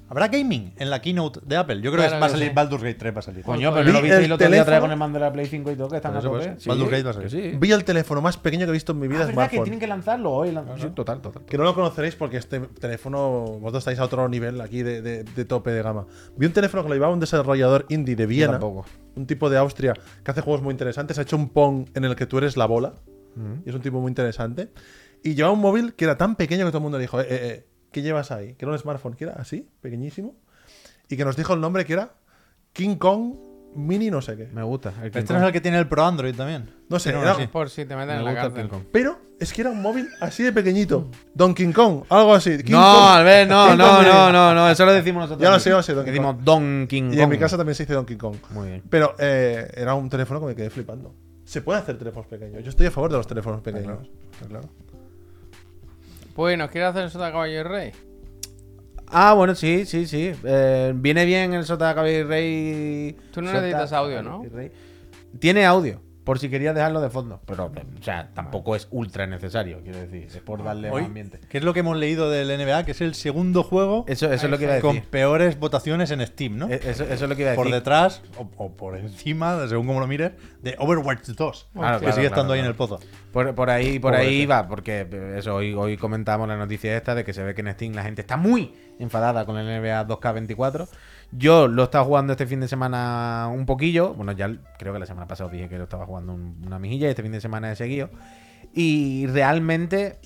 ¿Habrá gaming en la keynote de Apple? Yo creo
Claro
que va a
que
salir
sí.
Baldur's Gate 3 va a salir.
Coño, pero no lo
Vi
visteis
el
el otro día otra vez
teléfono.
con el mando de la Play 5 y todo, que están a tope. Sí.
Baldur's Gate va a salir.
Sí.
vi el teléfono más pequeño que he visto en mi vida
Ah, verdad que
smartphone.
tienen que Ah. lanzarlo hoy. lan- Sí, total, total.
Que no lo conoceréis porque este teléfono, vosotros estáis a otro nivel aquí de, de- de tope de gama. Vi un teléfono que lo llevaba un desarrollador indie de Viena,
tampoco.
un tipo de Austria que hace juegos muy interesantes. Ha hecho un Pong en el que tú eres la bola, y es un tipo muy interesante. Y llevaba un móvil que era tan pequeño que todo el mundo le dijo: eh, eh, eh, ¿Qué llevas ahí? Que era un smartphone, que era así, pequeñísimo. y que nos dijo el nombre que era King Kong Mini no sé qué.
Me gusta. el King
Este
Kong.
no es el que tiene el Pro Android también.
No sé,
Tiene uno
era,
así.
Por si te meten
Me
en la
gusta el King
cárcel.
Kong.
pero es que era un móvil así de pequeñito. Donkey Kong, algo así. King Kong.
No, Albert, no,
King
no,
Kong
no,
Mini.
no, no, eso lo decimos nosotros.
Ya lo
aquí.
sé, ya lo sé, Donkey
Decimos Don King Kong.
Y en mi casa también se dice Donkey Kong.
Muy bien.
Pero eh, era un teléfono que me quedé flipando. Se puede hacer teléfonos pequeños. Yo estoy a favor de los teléfonos pequeños. Está claro.
Pues nos quiere hacer el sota caballo y rey.
Ah, bueno, sí, sí, sí. Eh, viene bien el Sota Caballo y Rey.
Tú no
Sota,
necesitas audio,
Caballo
¿no?
y Rey. Tiene audio, por si querías dejarlo de fondo. Pero, eh, o sea, tampoco es ultra necesario, quiero decir. Es
Ah,
por darle
Hoy,
más ambiente.
que es lo que hemos leído del NBA, que es el segundo juego
Eso, eso es lo que iba a
con
decir.
peores votaciones en Steam, ¿no?
Eh, Eso, eso es lo que iba a
por
decir.
detrás o, o por encima, según como lo mires, de Overwatch 2, que
Claro, claro,
sigue
claro,
estando ahí en
claro.
el pozo.
Por, por ahí, por
Pobrete.
ahí iba, porque eh, eso, hoy, hoy comentamos la noticia esta de que se ve que en Steam la gente está muy enfadada con el NBA 2K24. Yo lo he estado jugando este fin de semana un poquillo. Bueno, ya l- creo que la semana pasada os dije que lo estaba jugando un- una mijilla y este fin de semana he seguido. Y realmente.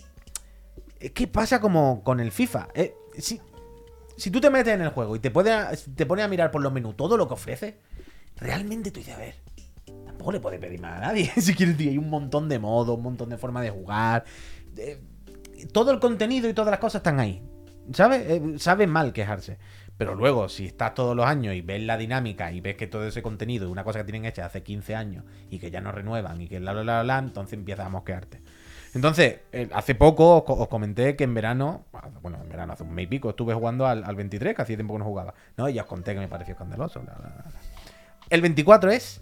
eh, ¿Qué pasa como con el FIFA? Eh, si, si tú te metes en el juego y te, puede a- te pones a mirar por los menús todo lo que ofrece, realmente tú dices, a ver, tampoco le puedes pedir más a nadie. Si quieres, tío, hay un montón de modos, un montón de formas de jugar. Eh, todo el contenido y todas las cosas están ahí. ¿Sabes? Eh, sabes mal quejarse. Pero luego, si estás todos los años y ves la dinámica y ves que todo ese contenido es una cosa que tienen hecha hace 15 años y que ya no renuevan y que bla, bla, bla, bla, entonces empiezas a mosquearte. Entonces, eh, hace poco os, co- os comenté que en verano, bueno, en verano hace un mes y pico, estuve jugando al, al 23, que hacía tiempo que no jugaba. ¿no? Y ya os conté que me pareció escandaloso. bla, bla, bla. El 24 es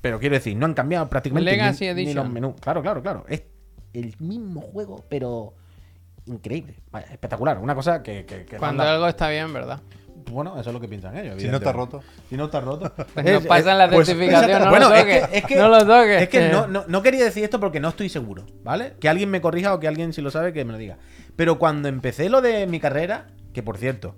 pero quiero decir, no han cambiado prácticamente
Legacy
ni, ni
Edition.
los menús. Claro, claro, claro. Es el mismo juego, pero increíble. Vaya, espectacular. Una cosa que. que- que
Cuando
manda-
algo está bien, ¿verdad?
Bueno, eso es lo que piensan ellos.
Si no está
evidentemente.
roto.
Si no está roto.
Nos pasan la
pues,
certificación, no
bueno,
lo
es que-
toques.
es que-
no lo toques.
Es que no, no- no quería decir esto porque no estoy seguro, ¿vale? Que alguien me corrija o que alguien si lo sabe que me lo diga. Pero cuando empecé lo de mi carrera, que por cierto,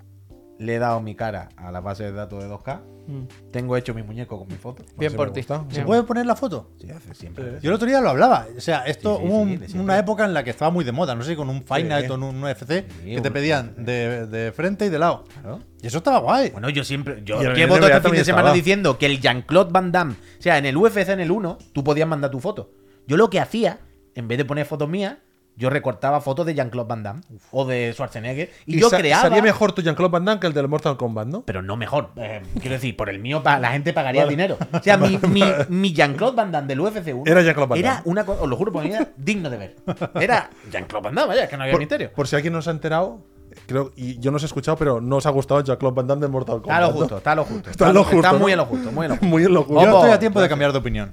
le he dado mi cara a la base de datos de 2K,
Mm.
tengo hecho mi muñeco con mi foto.
Bien
sí
por
me
ti.
gusta.
Bien.
¿Se puede poner la foto?
Sí, hace siempre.
Yo el otro día lo hablaba. O sea, esto
Sí, sí,
hubo
sí,
un-
de siempre.
una época en la que estaba muy de moda. No sé, con un Final
Sí.
o un, un UFC
Sí,
que te
un-
pedían de, de frente y de lado.
Claro.
Y eso estaba guay.
Bueno, yo siempre. Yo
Y el
llevo todo este fin
NBA
de
también
semana
estaba.
diciendo que el Jean-Claude Van Damme. O sea, en el UFC, en el 1, tú podías mandar tu foto. Yo lo que hacía, en vez de poner fotos mías, yo recortaba fotos de Jean-Claude Van Damme o de Schwarzenegger. Y, yo
sa-
creaba.
Salía mejor tu Jean-Claude Van Damme que el del Mortal Kombat, ¿no?
Pero no mejor. Eh, quiero decir, por el mío, pa- la gente pagaría dinero. O sea, mi, mi, mi Jean-Claude Van Damme del UFC 1.
Era Jean-Claude Van Damme.
Era una cosa, os lo juro, por mí era digno de ver. Era Jean-Claude Van Damme, vaya, es que no había
Por,
misterio.
por si alguien no se ha enterado, creo, y yo no os he escuchado, pero no os ha gustado Jean-Claude Van Damme del Mortal Kombat.
Está a lo
¿no?
justo, está a lo justo.
Está a lo justo,
muy
¿no?
a lo justo, muy a lo justo.
Muy en lo
Yo
Ojo.
justo.
estoy a tiempo de cambiar de opinión.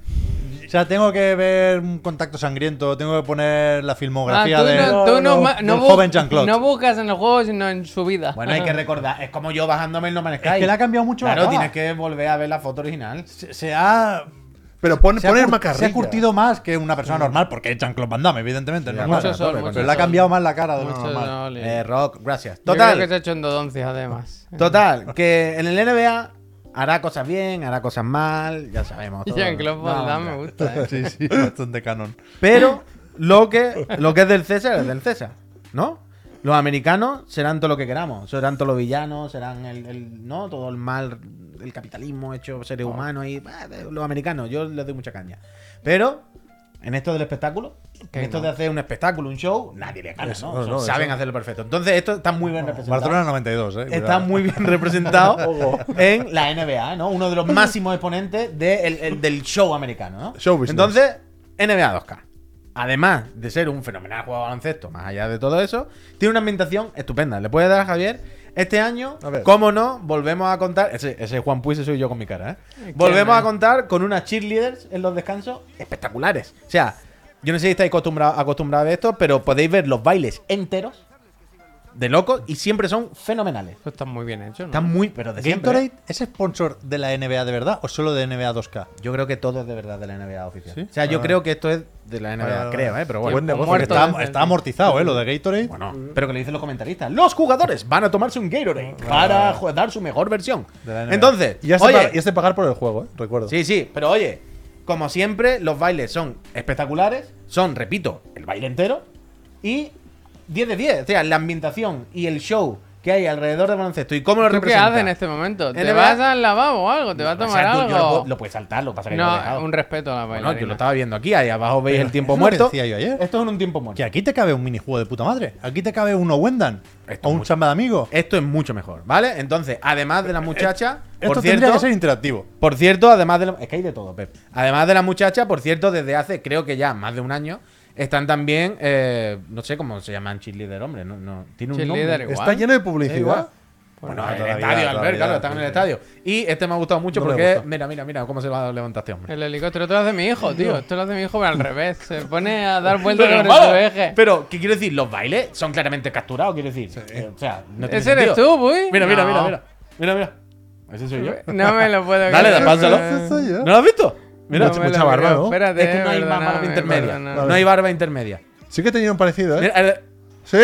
O sea, tengo que ver un contacto sangriento, tengo que poner la
Ah,
filmografía
tú
de,
no, tú no ma-
del
no bu-
joven Jean-Claude.
no buscas en el juego, sino en su vida.
Bueno, hay que recordar, es como yo bajándome el No Man's Sky.
Es que le ha cambiado mucho la
Claro,
cara.
tienes que volver a ver la foto original.
se, se ha,
Pero pon-
se ha
poner
cur-
macarrilla.
se ha curtido más que una persona normal, porque es Jean-Claude Van Damme, evidentemente. es
Ya,
normal.
mucho
sol,
pero
mucho
le ha
sol.
cambiado más la cara de lo
Mucho
normal.
no le-
Eh, Rock, gracias.
Yo creo que se ha
Total,
hecho endodoncia, además.
total, que en el NBA hará cosas bien, hará cosas mal, ya sabemos. todo.
Jean-Claude Van
No,
Damme me
ya.
gusta. ¿eh?
Sí, sí, bastante canon.
Pero lo que, lo que es del César es del César, ¿no? Los americanos serán todo lo que queramos, serán todos los villanos, serán el, el- ¿no? todo el mal, el capitalismo hecho seres humanos y bah, de- los americanos, yo les doy mucha caña. Pero en esto del espectáculo, en
Que
esto
no.
de hacer un espectáculo, un show, nadie le gana,
Eso,
¿no?
no, no,
saben
eso.
hacerlo perfecto. Entonces esto está muy bien representado
Barcelona 92, eh.
está
cuidado.
muy bien representado en la NBA, ¿no? Uno de los máximos exponentes de el- el- del show americano, ¿no?
Show business.
Entonces, NBA 2K. Además de ser un fenomenal juego de baloncesto, más allá de todo eso, tiene una ambientación estupenda. Le puedes dar a Javier este año,
A ver.
cómo no, volvemos a contar. Ese, ese Juan Puig, ese soy yo con mi cara, ¿eh? Volvemos
eh.
a contar con unas cheerleaders en los descansos espectaculares. O sea, yo no sé si estáis acostumbrados acostumbrados a esto, pero podéis ver los bailes enteros de locos y siempre son fenomenales.
Eso está muy bien hecho, ¿no?
Está muy, pero de siempre.
¿Gatorade es sponsor de la NBA de verdad o solo de NBA 2K?
Yo creo que todo es de verdad de la NBA oficial.
¿Sí?
O sea, yo
Ah.
creo que esto es de la NBA,
Ah.
creo, ¿eh? Pero
Buen
bueno.
negocio.
muerto
Está,
desde el-
está amortizado, ¿eh? Lo de Gatorade.
Bueno, pero que le dicen los comentaristas. Los jugadores van a tomarse un Gatorade para ju- dar su mejor versión.
De la NBA.
Entonces,
Y has, de
oye,
pagar, y has de pagar por el juego, ¿eh? Recuerdo.
sí, sí, pero oye, como siempre, los bailes son espectaculares. Son, repito, el baile entero. Y 10 de 10. O sea, la ambientación y el show que hay alrededor de baloncesto y cómo lo
¿Tú qué
representa.
haces en este momento? ¿Te
NBA?
vas al lavabo o algo? ¿Te vas a
O
tomar
sea, tú- yo lo,
algo?
puedo- lo puedes saltar, lo que pasa que lo he
No,
dejado.
un respeto a la
Bueno, yo lo
bailarina.
estaba viendo aquí, ahí abajo veis
Pero
el tiempo
es lo que
muerto.
decía yo ayer.
Esto es un tiempo muerto.
Que aquí te cabe un minijuego de puta madre. Aquí te cabe uno Wendan.
Esto Eh,
O un
mucho.
chamba de amigo.
Esto es mucho mejor, ¿vale? Entonces, además de la muchacha,
Eh, Esto
por
tendría
cierto,
que ser interactivo.
por cierto, además de la, es que hay de todo, Pep. Además de la muchacha, por cierto, desde hace creo que ya más de un año están también, eh, no sé cómo se llaman cheerleader, hombre, no, no tiene un
Cheerleader,
nombre.
igual.
Está lleno de
Eh, igual.
publicidad.
Bueno,
Bueno,
en el
todavía,
estadio, Albert,
todavía.
claro, están en el estadio. Y este me ha gustado mucho
No me
porque,
gusta.
mira, mira, mira cómo se lo levantaste, este hombre.
El helicóptero, esto lo hace mi hijo, tío. Esto lo hace mi hijo, pero al revés. Se pone a dar vueltas sobre su eje.
pero, ¿qué quiero decir? Los bailes son claramente capturados, quiero decir. Eh, O sea, no tiene
Ese eres
sentido.
tú, Puy.
Mira, mira, mira,
No.
mira. Mira, mira. Ese soy yo.
No me lo puedo
Dale,
creer.
da pásalo.
Ese soy yo.
¿No lo has visto? Mira,
No me
mucha
lo
barba,
creo.
¿no?
Espérate,
es que no hay más barba
perdóname,
intermedia.
perdóname.
No hay barba intermedia.
Sí que tenía un parecido, ¿eh?
Mira, eh,
Sí.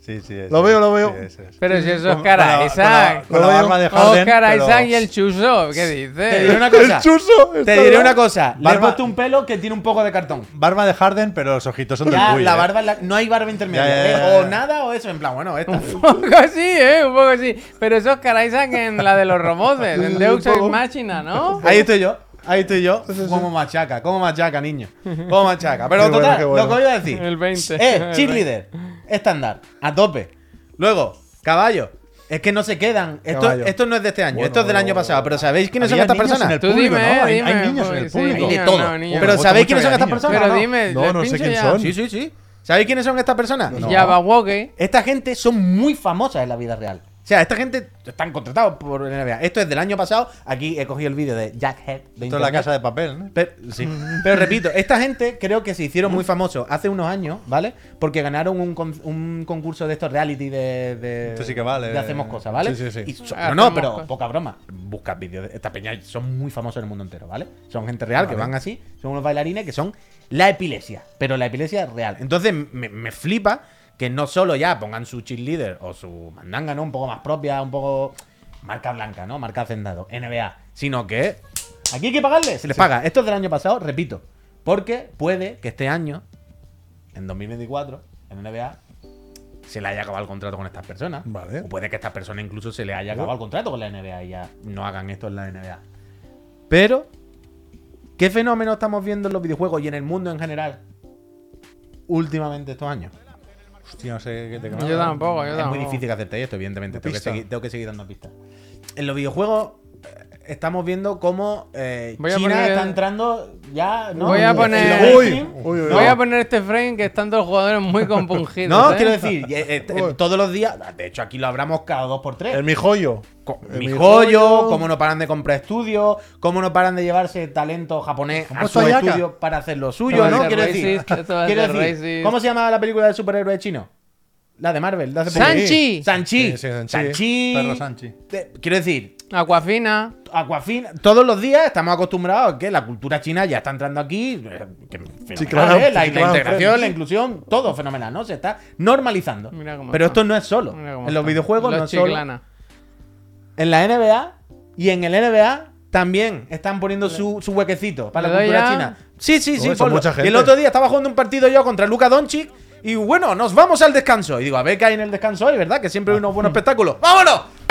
Sí, sí.
Lo veo, lo veo.
Pero si eso es
Con- con la-
Oscar Isaac.
Con la, con la barba de Harden.
Oscar
pero-
Isaac y el Chuso. ¿Qué
te diré
dices?
una
El
cosa.
chuso.
Te diré una cosa. Le he
Barba-
puesto un pelo que tiene un poco de cartón.
Barba de Harden, pero los ojitos son del
Ya,
Puy,
la
eh.
barba, es la- no hay barba intermedia.
Ya, ya,
eh,
ya, ya.
O nada o eso. En plan, bueno, esta.
Un poco así, ¿eh? Un poco así. Pero eso es Oscar Isaac en la de los robots, en Deux Ex Machina, ¿no?
Ahí estoy yo. Ahí estoy yo. Como machaca, como machaca, niño. Como machaca. Pero
Qué bueno,
total,
qué bueno.
lo que os iba a decir.
El 20.
Eh, cheerleader. Estándar. A tope. Luego, caballo. Es que no se quedan. Esto,
Caballo.
esto no es de este año, esto es del año pasado. Pero ¿sabéis quiénes son
Había
estas
niños
personas?
en el
Tú
público,
dime,
¿no? Hay- hay
dime,
niños en el
pues,
público.
sí,
Hay de
niños,
todo.
no, niños.
Pero
Me
¿sabéis
gusta
quiénes son
mucho
estas
que haya
personas?
Pero
no?
dime,
No, no sé
pincho
quién
ya.
son.
Sí, sí, sí. ¿Sabéis quiénes son estas personas?
No. Yabawoke.
Esta gente son muy famosas en la vida real. O sea, esta gente están contratados por NBA. Esto es del año pasado. Aquí he cogido el vídeo de Jack Head. de
Esto es la
internet.
casa de papel, ¿no?
Pero, sí. Pero repito, esta gente creo que se hicieron muy famosos hace unos años, ¿vale? Porque ganaron un, con- un concurso de estos reality de, de-
Esto sí que vale.
de hacemos cosas, ¿vale?
Sí, sí, sí.
Y son-
Ah,
no, no,
hacemos
pero
cosas.
poca broma. Buscas vídeos de esta peña, y son muy famosos en el mundo entero, ¿vale? Son gente real que van así, son unos bailarines que son la epilepsia, pero la epilepsia real. Entonces me, me flipa que no solo ya pongan su cheerleader o su mandanga, ¿no? Un poco más propia, un poco marca blanca, ¿no? Marca hacendado, NBA, sino que Aquí hay que pagarle. Se les paga. Esto es del año pasado, repito. Porque puede que este año, en 2024, en NBA, se le haya acabado el contrato con estas personas.
Vale.
O puede que estas personas incluso se les haya acabado el contrato con la NBA y ya no hagan esto en la NBA. Pero, ¿qué fenómeno estamos viendo en los videojuegos y en el mundo en general últimamente estos años?
Hostia, no sé qué te
Yo tampoco, yo
es muy
tampoco.
difícil que aceptéis esto, evidentemente. Tengo que,
Pista.
seguir, tengo que seguir dando pistas. En los videojuegos eh, estamos viendo cómo eh,
Voy a
China
poner-
está entrando ya. ¿no?
Voy a
En los
poner-
Uy,
mainstream.
uy, uy,
Voy
uy.
a poner este frame que están todos los jugadores muy compungidos.
No,
¿eh?
quiero decir, eh, eh, t-
Uy.
todos los días, de hecho aquí lo hablamos cada dos por tres.
El mi joyo.
Co-
el
mi
mi
joyo,
joyo.
cómo no paran de comprar estudios, cómo no paran de llevarse talento japonés a
puesto
su
a Yaka.
estudio para hacer lo suyo,
va a
¿no?
ser
Quiero decir,
racist, esto va a
quiero
ser
decir,
racist.
¿cómo se llama la película del superhéroe chino? La de Marvel, de hace poco.
Sanchi.
Sanchi.
Sí, sí, Sanchi.
Sanchi.
Perro Sanchi.
Te- Quiero decir,
Aquafina.
Aquafina, todos los días estamos acostumbrados a que la cultura china ya está entrando aquí. eh, que fenomenal,
Sí, claro,
¿eh? la,
sí,
la
claro,
integración,
sí.
la inclusión, todo fenomenal, ¿no? Se está normalizando.
Mira cómo
Pero
está.
esto no es solo.
Mira cómo
En los
está.
videojuegos
Los
no es solo.
chiclana.
En la NBA y en el NBA también están poniendo su, su huequecito para
¿Le
la
doy
cultura
ya?
china. Sí, sí, sí.
Joder, son
ponlo.
mucha
Y el
gente.
otro día estaba jugando un partido yo contra Luka Doncic y bueno, nos vamos al descanso. Y digo, a ver qué hay en el descanso hoy, ¿verdad? Que siempre hay unos
Ah.
buenos espectáculos. ¡Vámonos!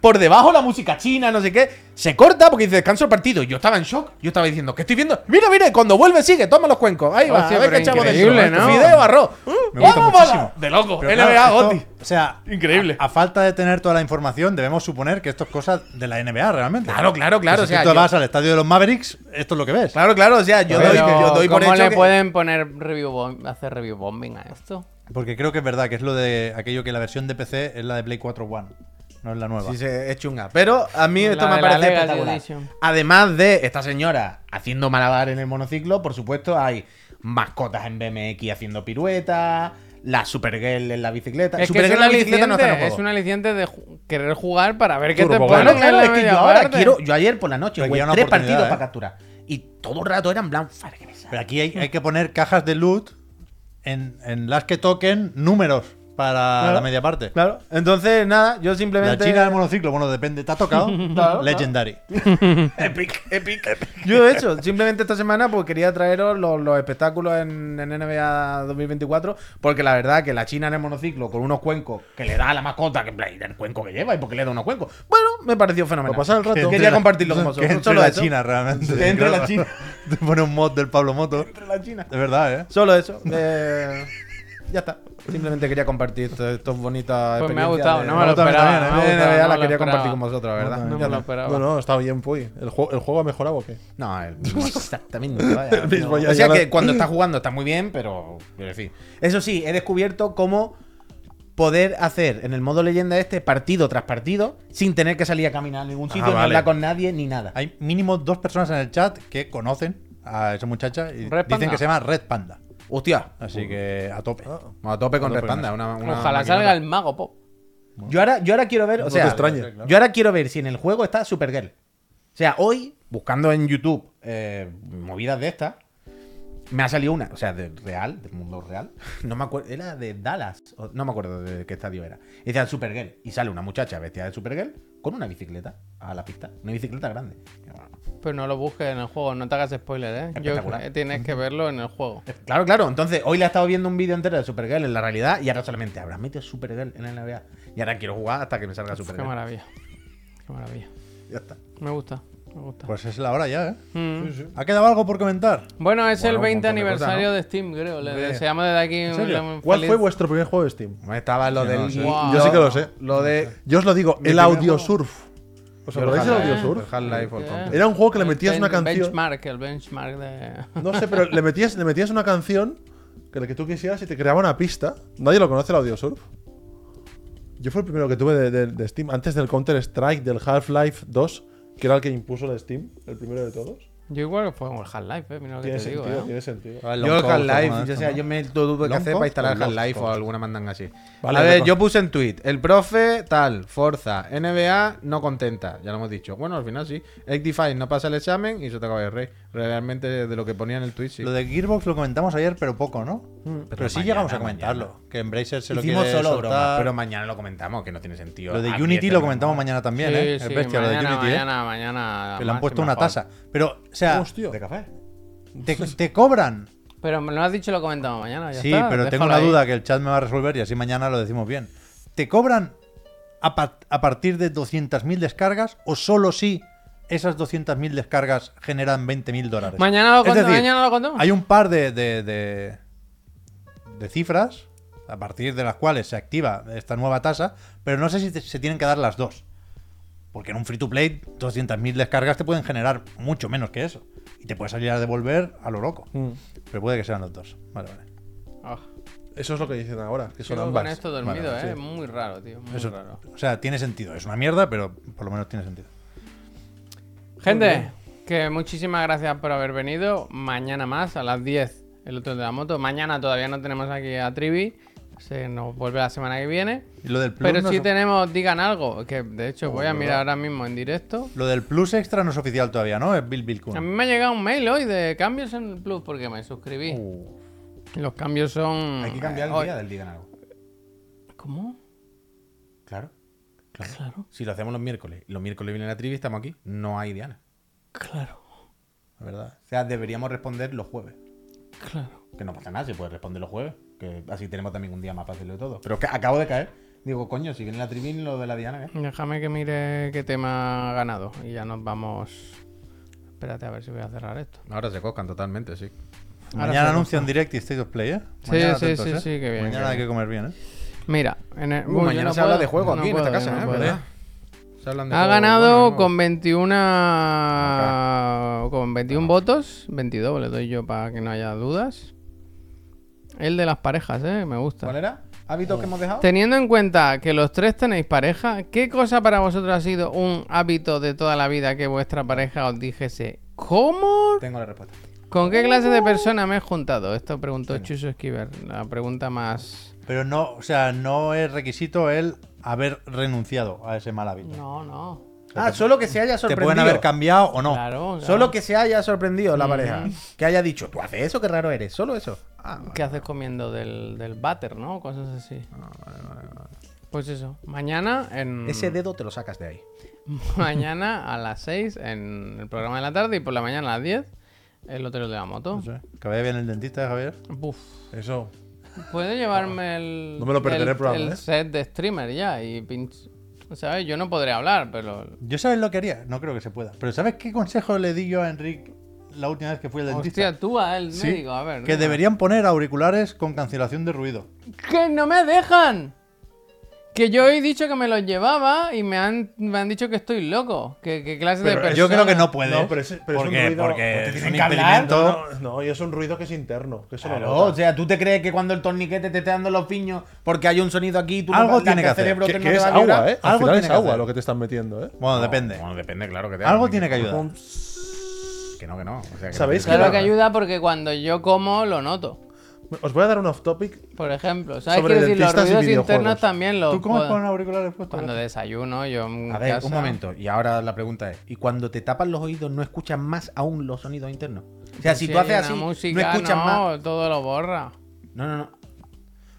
por debajo, la música china, no sé qué. Se corta porque dice descanso el partido. Yo estaba en shock. Yo estaba diciendo, ¿qué estoy viendo? Mira, mira, y cuando vuelve sigue, toma los cuencos. Ahí va,
Hostia,
a ver qué
pero
echamos de
increíble,
esto.
¿no?
Fideo, arroz. Mm,
Me gusta
vamos, bala.
muchísimo.
De loco,
Pero
NBA
claro, esto-
Gotti.
O sea,
Increíble.
A, a falta de tener toda la información, debemos suponer que esto es cosa de la NBA realmente.
Claro, claro, claro.
Pues
O sea,
si tú
yo-
vas al estadio de los Mavericks, esto es lo que ves.
Claro, claro, o sea, yo
Pero,
doy, yo doy por
¿Cómo
hecho
le
que-
pueden poner review bom- hacer review bombing a esto?
Porque creo que es verdad que es lo de aquello que la versión de PC es la de Play 4 One, no es la nueva.
Sí, se- es chunga. Pero a mí
La
esto
de
me
la
parece
Legacy
espectacular.
Edition.
Además de esta señora haciendo malabar en el monociclo, por supuesto hay mascotas en BMX haciendo piruetas, la Supergirl en la bicicleta.
Es que
Supergirl
es
en
un
la bicicleta no está en el
aliciente,
juego.
es un aliciente de ju- querer jugar para ver qué te
Turbo,
ponen
Bueno,
en
claro,
la
es que yo
media
ahora
parte.
quiero, yo ayer por la noche
Pero aquí
jugué
hay una
tres
oportunidad,
partidos
¿eh?
para capturar y todo el rato eran en plan, "Fa, regresa".
Pero aquí hay, hay que poner cajas de loot en, en las que toquen números. para
Claro.
la media parte.
Claro. Entonces, nada, yo
La
simplemente.
China del monociclo, bueno, depende, te ha tocado.
claro.
Legendary.
Epic, epic, epic. Yo, de hecho, simplemente esta semana pues quería traeros los, los espectáculos en, en NBA 2024, porque la verdad que la China en el monociclo con unos cuencos que le da a la mascota, que en plan, ¿y el cuenco que lleva y porque le da unos cuencos. Bueno, me pareció fenomenal.
Para pasar el rato.
Que entre
Quería
la-
compartirlo con
Que
vosotros.
entre
solo
la
eso.
China, realmente.
Que entre la China.
Te pone un mod del Pablo Moto.
Entre la China.
De verdad, ¿eh?
Solo eso. eh, ya está. Simplemente quería compartir esto- estos bonitas
Pues me ha
experiencias
gustado,
de-
no me lo
También,
esperaba.
también,
no me
de
ha gustado,
NBA
no
la
me lo
quería
esperaba.
compartir con vosotros,
No
¿verdad? Ya
me lo
está.
esperaba.
No, no, está bien, Puy. El, juego- el juego ha mejorado o qué.
No, el mismo exactamente. vaya,
El mismo,
no.
ya-
o sea
ya
que
lo-
cuando está jugando está muy bien, pero quiero decir. Eso sí, he descubierto cómo poder hacer en el modo leyenda este partido tras partido sin tener que salir a caminar a ningún sitio, ni
Ah, vale.
hablar con nadie, ni nada.
Hay mínimo dos personas en el chat que conocen a esa muchacha y
Red
dicen
Panda.
que se llama Red Panda.
Hostia.
Así que a tope.
Ah.
A tope con
A tope
Respanda. Una, una
Ojalá
maquinota.
salga el mago pop.
Yo ahora, yo ahora quiero ver. O
No
sea,
te extrañe.
yo ahora quiero ver si en el juego está Supergirl. O sea, hoy, buscando en YouTube eh, movidas de estas, me ha salido una, o sea, de real, del mundo real. No me acuerdo, era de Dallas, o- no me acuerdo de qué estadio era. Y decía Supergirl. Y sale una muchacha vestida de Supergirl con una bicicleta a la pista. Una bicicleta grande.
Pero no lo busques en el juego, no te hagas spoiler, ¿eh? Yo,
Espectacular.
eh, tienes que verlo en el juego.
Claro, claro. Entonces, hoy le he estado viendo un vídeo entero de Supergirl en la realidad y ahora solamente habrás metido Supergirl en la NBA. Y ahora quiero jugar hasta que me salga
Qué
Supergirl.
maravilla. Qué maravilla.
Ya está.
Me gusta, me gusta.
Pues es la hora ya, ¿eh?
Mm.
¿Ha quedado algo por comentar?
Bueno, es
Bueno,
el
un
20
montón de cosas,
aniversario de Steam, creo. Le
Hombre.
deseamos desde aquí un,
serio?
un
¿Cuál
feliz-
fue vuestro primer juego de Steam?
Bueno, Estaba lo del.
sé.
Wow.
Yo sí que lo sé.
Lo de.
Yo os lo digo,
Mi
el
primer
Audio
juego.
Surf. ¿Os
Yo
acordáis
lo
del
sé.
Audio
El
Surf?
Half-Life or
¿Qué?
something.
Era un juego que le
El
metías una
ben-
canción.
Benchmark, el benchmark de.
No sé, pero le metías, le metías una canción que la que tú quisieras y te creaba una pista. Nadie lo conoce el Audiosurf. Yo fue el primero que tuve de, de- de Steam, antes del Counter Strike, del Half-Life 2, que era el que impuso la Steam, el primero de todos.
Yo igual que fue con el Half-Life, eh. Mira lo que
Tiene
te digo,
sentido,
eh.
tiene sentido.
Yo el
Long Coast,
Half-Life,
alguna de
yo,
estas,
sea,
¿no?
yo me tuve que
Long
hacer
Coast
para instalar
o Lost
Half-Life o
Coast.
alguna mandanga así.
Vale,
a ver,
lo-
yo puse en tweet, el profe tal, Forza, NBA no contenta, ya lo hemos dicho. Bueno, al final sí, X-Define no pasa el examen y se te acaba el rey. Realmente de lo que ponía en el tweet sí.
Lo de Gearbox lo comentamos ayer, pero poco, ¿no?
Mm.
Pero, sí
mañana,
llegamos a
mañana.
comentarlo. Que Embracer se lo
Hicimos
quiere
solo
soltar.
bromas, pero mañana lo comentamos, que no tiene sentido. este
Lo de
Aprieten
Unity lo
la
comentamos
mano.
mañana también,
Sí,
¿eh?
sí,
el bestia,
mañana,
lo de Unity, ¿eh?
mañana, mañana.
Que le han
más
puesto
y
una
mejor.
tasa. Pero, o sea,
Hostia.
¿De café?
te, te cobran.
Pero me lo has dicho, lo comentamos mañana. Ah, Ya
sí,
está,
pero tengo
déjalo
una
ahí.
duda que el chat me va a resolver y así mañana lo decimos bien. ¿Te cobran a, pa- a partir de 200.000 descargas o solo si esas 200.000 descargas generan 20.000 dólares?
Mañana
Es
lo contamos,
decir,
mañana lo contamos.
Hay un par de, de, de- de cifras a partir de las cuales se activa esta nueva tasa, pero no sé si te- se tienen que dar las dos. Porque en un free to play, 200.000 descargas te pueden generar mucho menos que eso. Y te puedes salir a devolver a lo loco.
Mm.
Pero puede que sean los dos. Vale, vale.
Ah,
Eso es lo que dicen ahora, que son
llevo
ambas.
con esto dormido,
Vale,
eh.
sí.
Muy raro, tío. Muy
Eso-
raro.
o sea, tiene sentido. Es una mierda, pero por lo menos tiene sentido.
Gente, que muchísimas gracias por haber venido. Mañana más, a las 10, el otro de la moto. Mañana todavía no tenemos aquí a Trivi. Se nos vuelve la semana que viene.
Y lo del plus,
Pero
no Oh,
si
es-
tenemos, digan algo. Que de hecho voy a mirar ahora mismo en directo.
lo del plus extra no es oficial todavía, ¿no? Es Bill Bill Kun.
A mí me ha llegado un mail hoy de cambios en el Plus porque me suscribí. Los cambios son.
Uh. Hay que cambiar
eh,
el
hoy-
día del día en algo.
¿Cómo?
Claro.
Claro,
Si lo hacemos los miércoles, los miércoles viene la trivia y estamos aquí, no hay Diana.
claro,
La verdad.
O sea, deberíamos responder los jueves.
claro.
Que no pasa nada, se puede responder los jueves. Que así tenemos también un día más fácil de todo. Pero es que acabo de caer. Digo, coño, si viene la tribuna lo de la Diana, ¿eh?
Déjame que mire qué tema ha ganado y ya nos vamos. Espérate a ver si voy a cerrar esto.
Ahora se cocan totalmente, sí.
Ahora
Mañana
se
anuncian Direct y State of Play, ¿eh?
Sí,
Mañana
sí, sí,
¿eh?
sí, qué bien,
Mañana
qué
hay
bien.
que comer bien, ¿eh?
Mira, en el-
Uh,
Uy, yo
mañana
no
se habla
puedo,
de juego
no
aquí en
puedo,
esta casa,
no
¿eh?
puedo.
¿Verdad? Se hablan de
Ha
juegos
ganado
buenos y nuevos.
con 21 con 21 votos, 22 le doy yo para que no haya dudas. El de las parejas, eh, me gusta.
¿Cuál era? ¿Hábitos que hemos dejado?
Teniendo en cuenta que los tres tenéis pareja, ¿qué cosa para vosotros ha sido un hábito de toda la vida que vuestra pareja os dijese? ¿Cómo?
Tengo la respuesta.
¿Con qué clase de persona me he juntado? Esto preguntó Chuso Esquiver, la pregunta más...
Pero no, o sea, no es requisito el haber renunciado a ese mal hábito.
No, no.
Ah, solo que se haya
Te
sorprendido.
pueden haber cambiado o no.
Claro, claro.
Solo que se haya sorprendido la pareja. Que haya dicho, tú haces eso, qué raro eres. Solo eso. Ah,
¿Qué haces comiendo del, del váter, no? Cosas así.
Ah,
Pues eso. Mañana en.
ese dedo te lo sacas de ahí.
Mañana a las 6 en el programa de la tarde y por la mañana a las 10 el hotel de la moto.
No sé. Que vaya bien el dentista, Javier.
Buf.
Eso.
Puedo llevarme el.
No me lo perderé,
el-
probable,
el
¿eh?
set de streamer ya y pinch- ¿Sabes? Yo no podré hablar, pero.
Yo sabes lo que haría. No creo que se pueda. Pero ¿sabes qué consejo le di yo a Enrique la última vez que fui al dentista?
Hostia, tú a él,
Sí,
médico, a ver.
que
dime.
deberían poner auriculares con cancelación de ruido.
¡Que no me dejan! Que yo he dicho que me los llevaba y me han, me han dicho que estoy loco. Que, que clase de
Pero
persona.
Yo creo que no puede.
No, pero ese- pero es un
porque,
ruido-
porque
porque
es un
tienen
impedimento.
No, no, no, y es un ruido que es interno. Que eso no
Claro,
nota.
o sea, ¿tú te crees que cuando el torniquete te esté dando los piños porque hay un sonido aquí tú no
Algo
vas- la
tiene que
el
hacer.
cerebro
que,
te- no
que
te
es
va a vibrar?
agua, ¿eh? Al
Algo
final
tiene
es
que
agua
hacer.
lo que te están metiendo, ¿eh?
Bueno,
No,
depende.
Bueno, depende, claro que te
Algo
dan,
tiene que ayudar.
Que no, que no. O sea, que
¿Sabéis
no tiene
Claro que
Claro.
ayuda porque cuando yo como lo noto.
Os voy a dar un off topic.
Por ejemplo, ¿sabes?
Sobre
Quiero decir, los
dentistas y
ruidos
videojuegos.
internos también los.
¿Tú comes
puedo-
con auriculares puestos?
Cuando desayuno, yo. en
A ver,
casa-
un momento. Y ahora la pregunta es: ¿y cuando te tapan los oídos no escuchas más aún los sonidos internos? O sea,
Pues
si
hay
tú haces
una
así,
música,
no escuchas
no,
más.
todo lo borra.
No, no, no.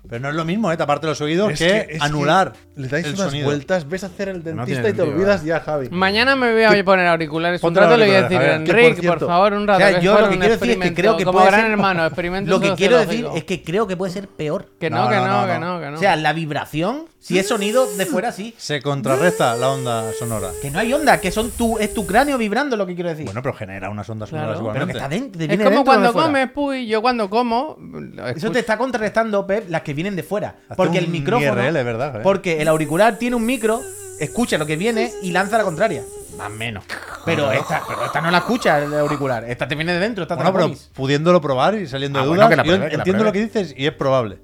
Pero no es lo mismo, ¿eh? Taparte los oídos
Es
que,
es
anular.
que Le dais
el
unas
sonido.
vueltas, ves a hacer el
tiene
dentista y te
sentido, ¿eh?
olvidas ya, Javi.
Mañana me voy a poner auriculares un
Ponte los
rato y le voy a decir,
auriculares, Javier.
Que, por
Enrique, por,
cierto,
favor, un
O
rato.
sea, yo lo
fuera
que
un
quiero decir es que
experimento,
creo que
como
puede
gran
ser-
hermano, experimento
Lo que quiero decir
sociológico.
es que creo que puede ser peor.
Que no,
No,
que
no,
no,
no,
que
no.
no, que no.
O sea, la vibración, si es sonido de fuera, sí.
Se contrarresta la onda sonora.
Que no hay onda, que son tu, es tu cráneo vibrando lo que quiero decir.
Bueno, pero genera unas ondas sonoras
Claro.
pero
igualmente.
que está dentro.
es como cuando comes, puy, yo cuando como... lo
Eso
escucho.
te está contrarrestando, Pep, las que vienen de fuera.
Hazte
Porque el
un
micrófono.
IRL, ¿verdad? eh?
Porque el auricular tiene un micro, escucha lo que viene y lanza la contraria. Más o menos. Pero esta, pero esta no la escucha el auricular. Esta te viene de dentro, esta te
Bueno,
la
pero
comes.
pudiéndolo probar y saliendo
Ah,
de
bueno,
dudas,
que la
yo
pruebe, que la
entiendo lo que
pruebe.
dices y es probable.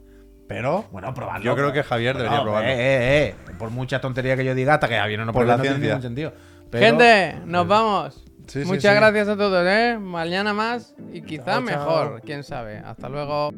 Pero,
Bueno, probarlo.
Yo creo que Javier
Bueno,
debería probarlo.
Eh, eh, eh. Por mucha tontería que yo diga, hasta que Javier no lo
Por
pruebe,
la
no tiene
ciencia.
ningún sentido. Pero-
Gente, nos vamos.
Sí, sí,
Muchas
sí.
gracias a todos, ¿eh? Mañana más y quizá
Chao, chao.
mejor, quién sabe. Hasta luego.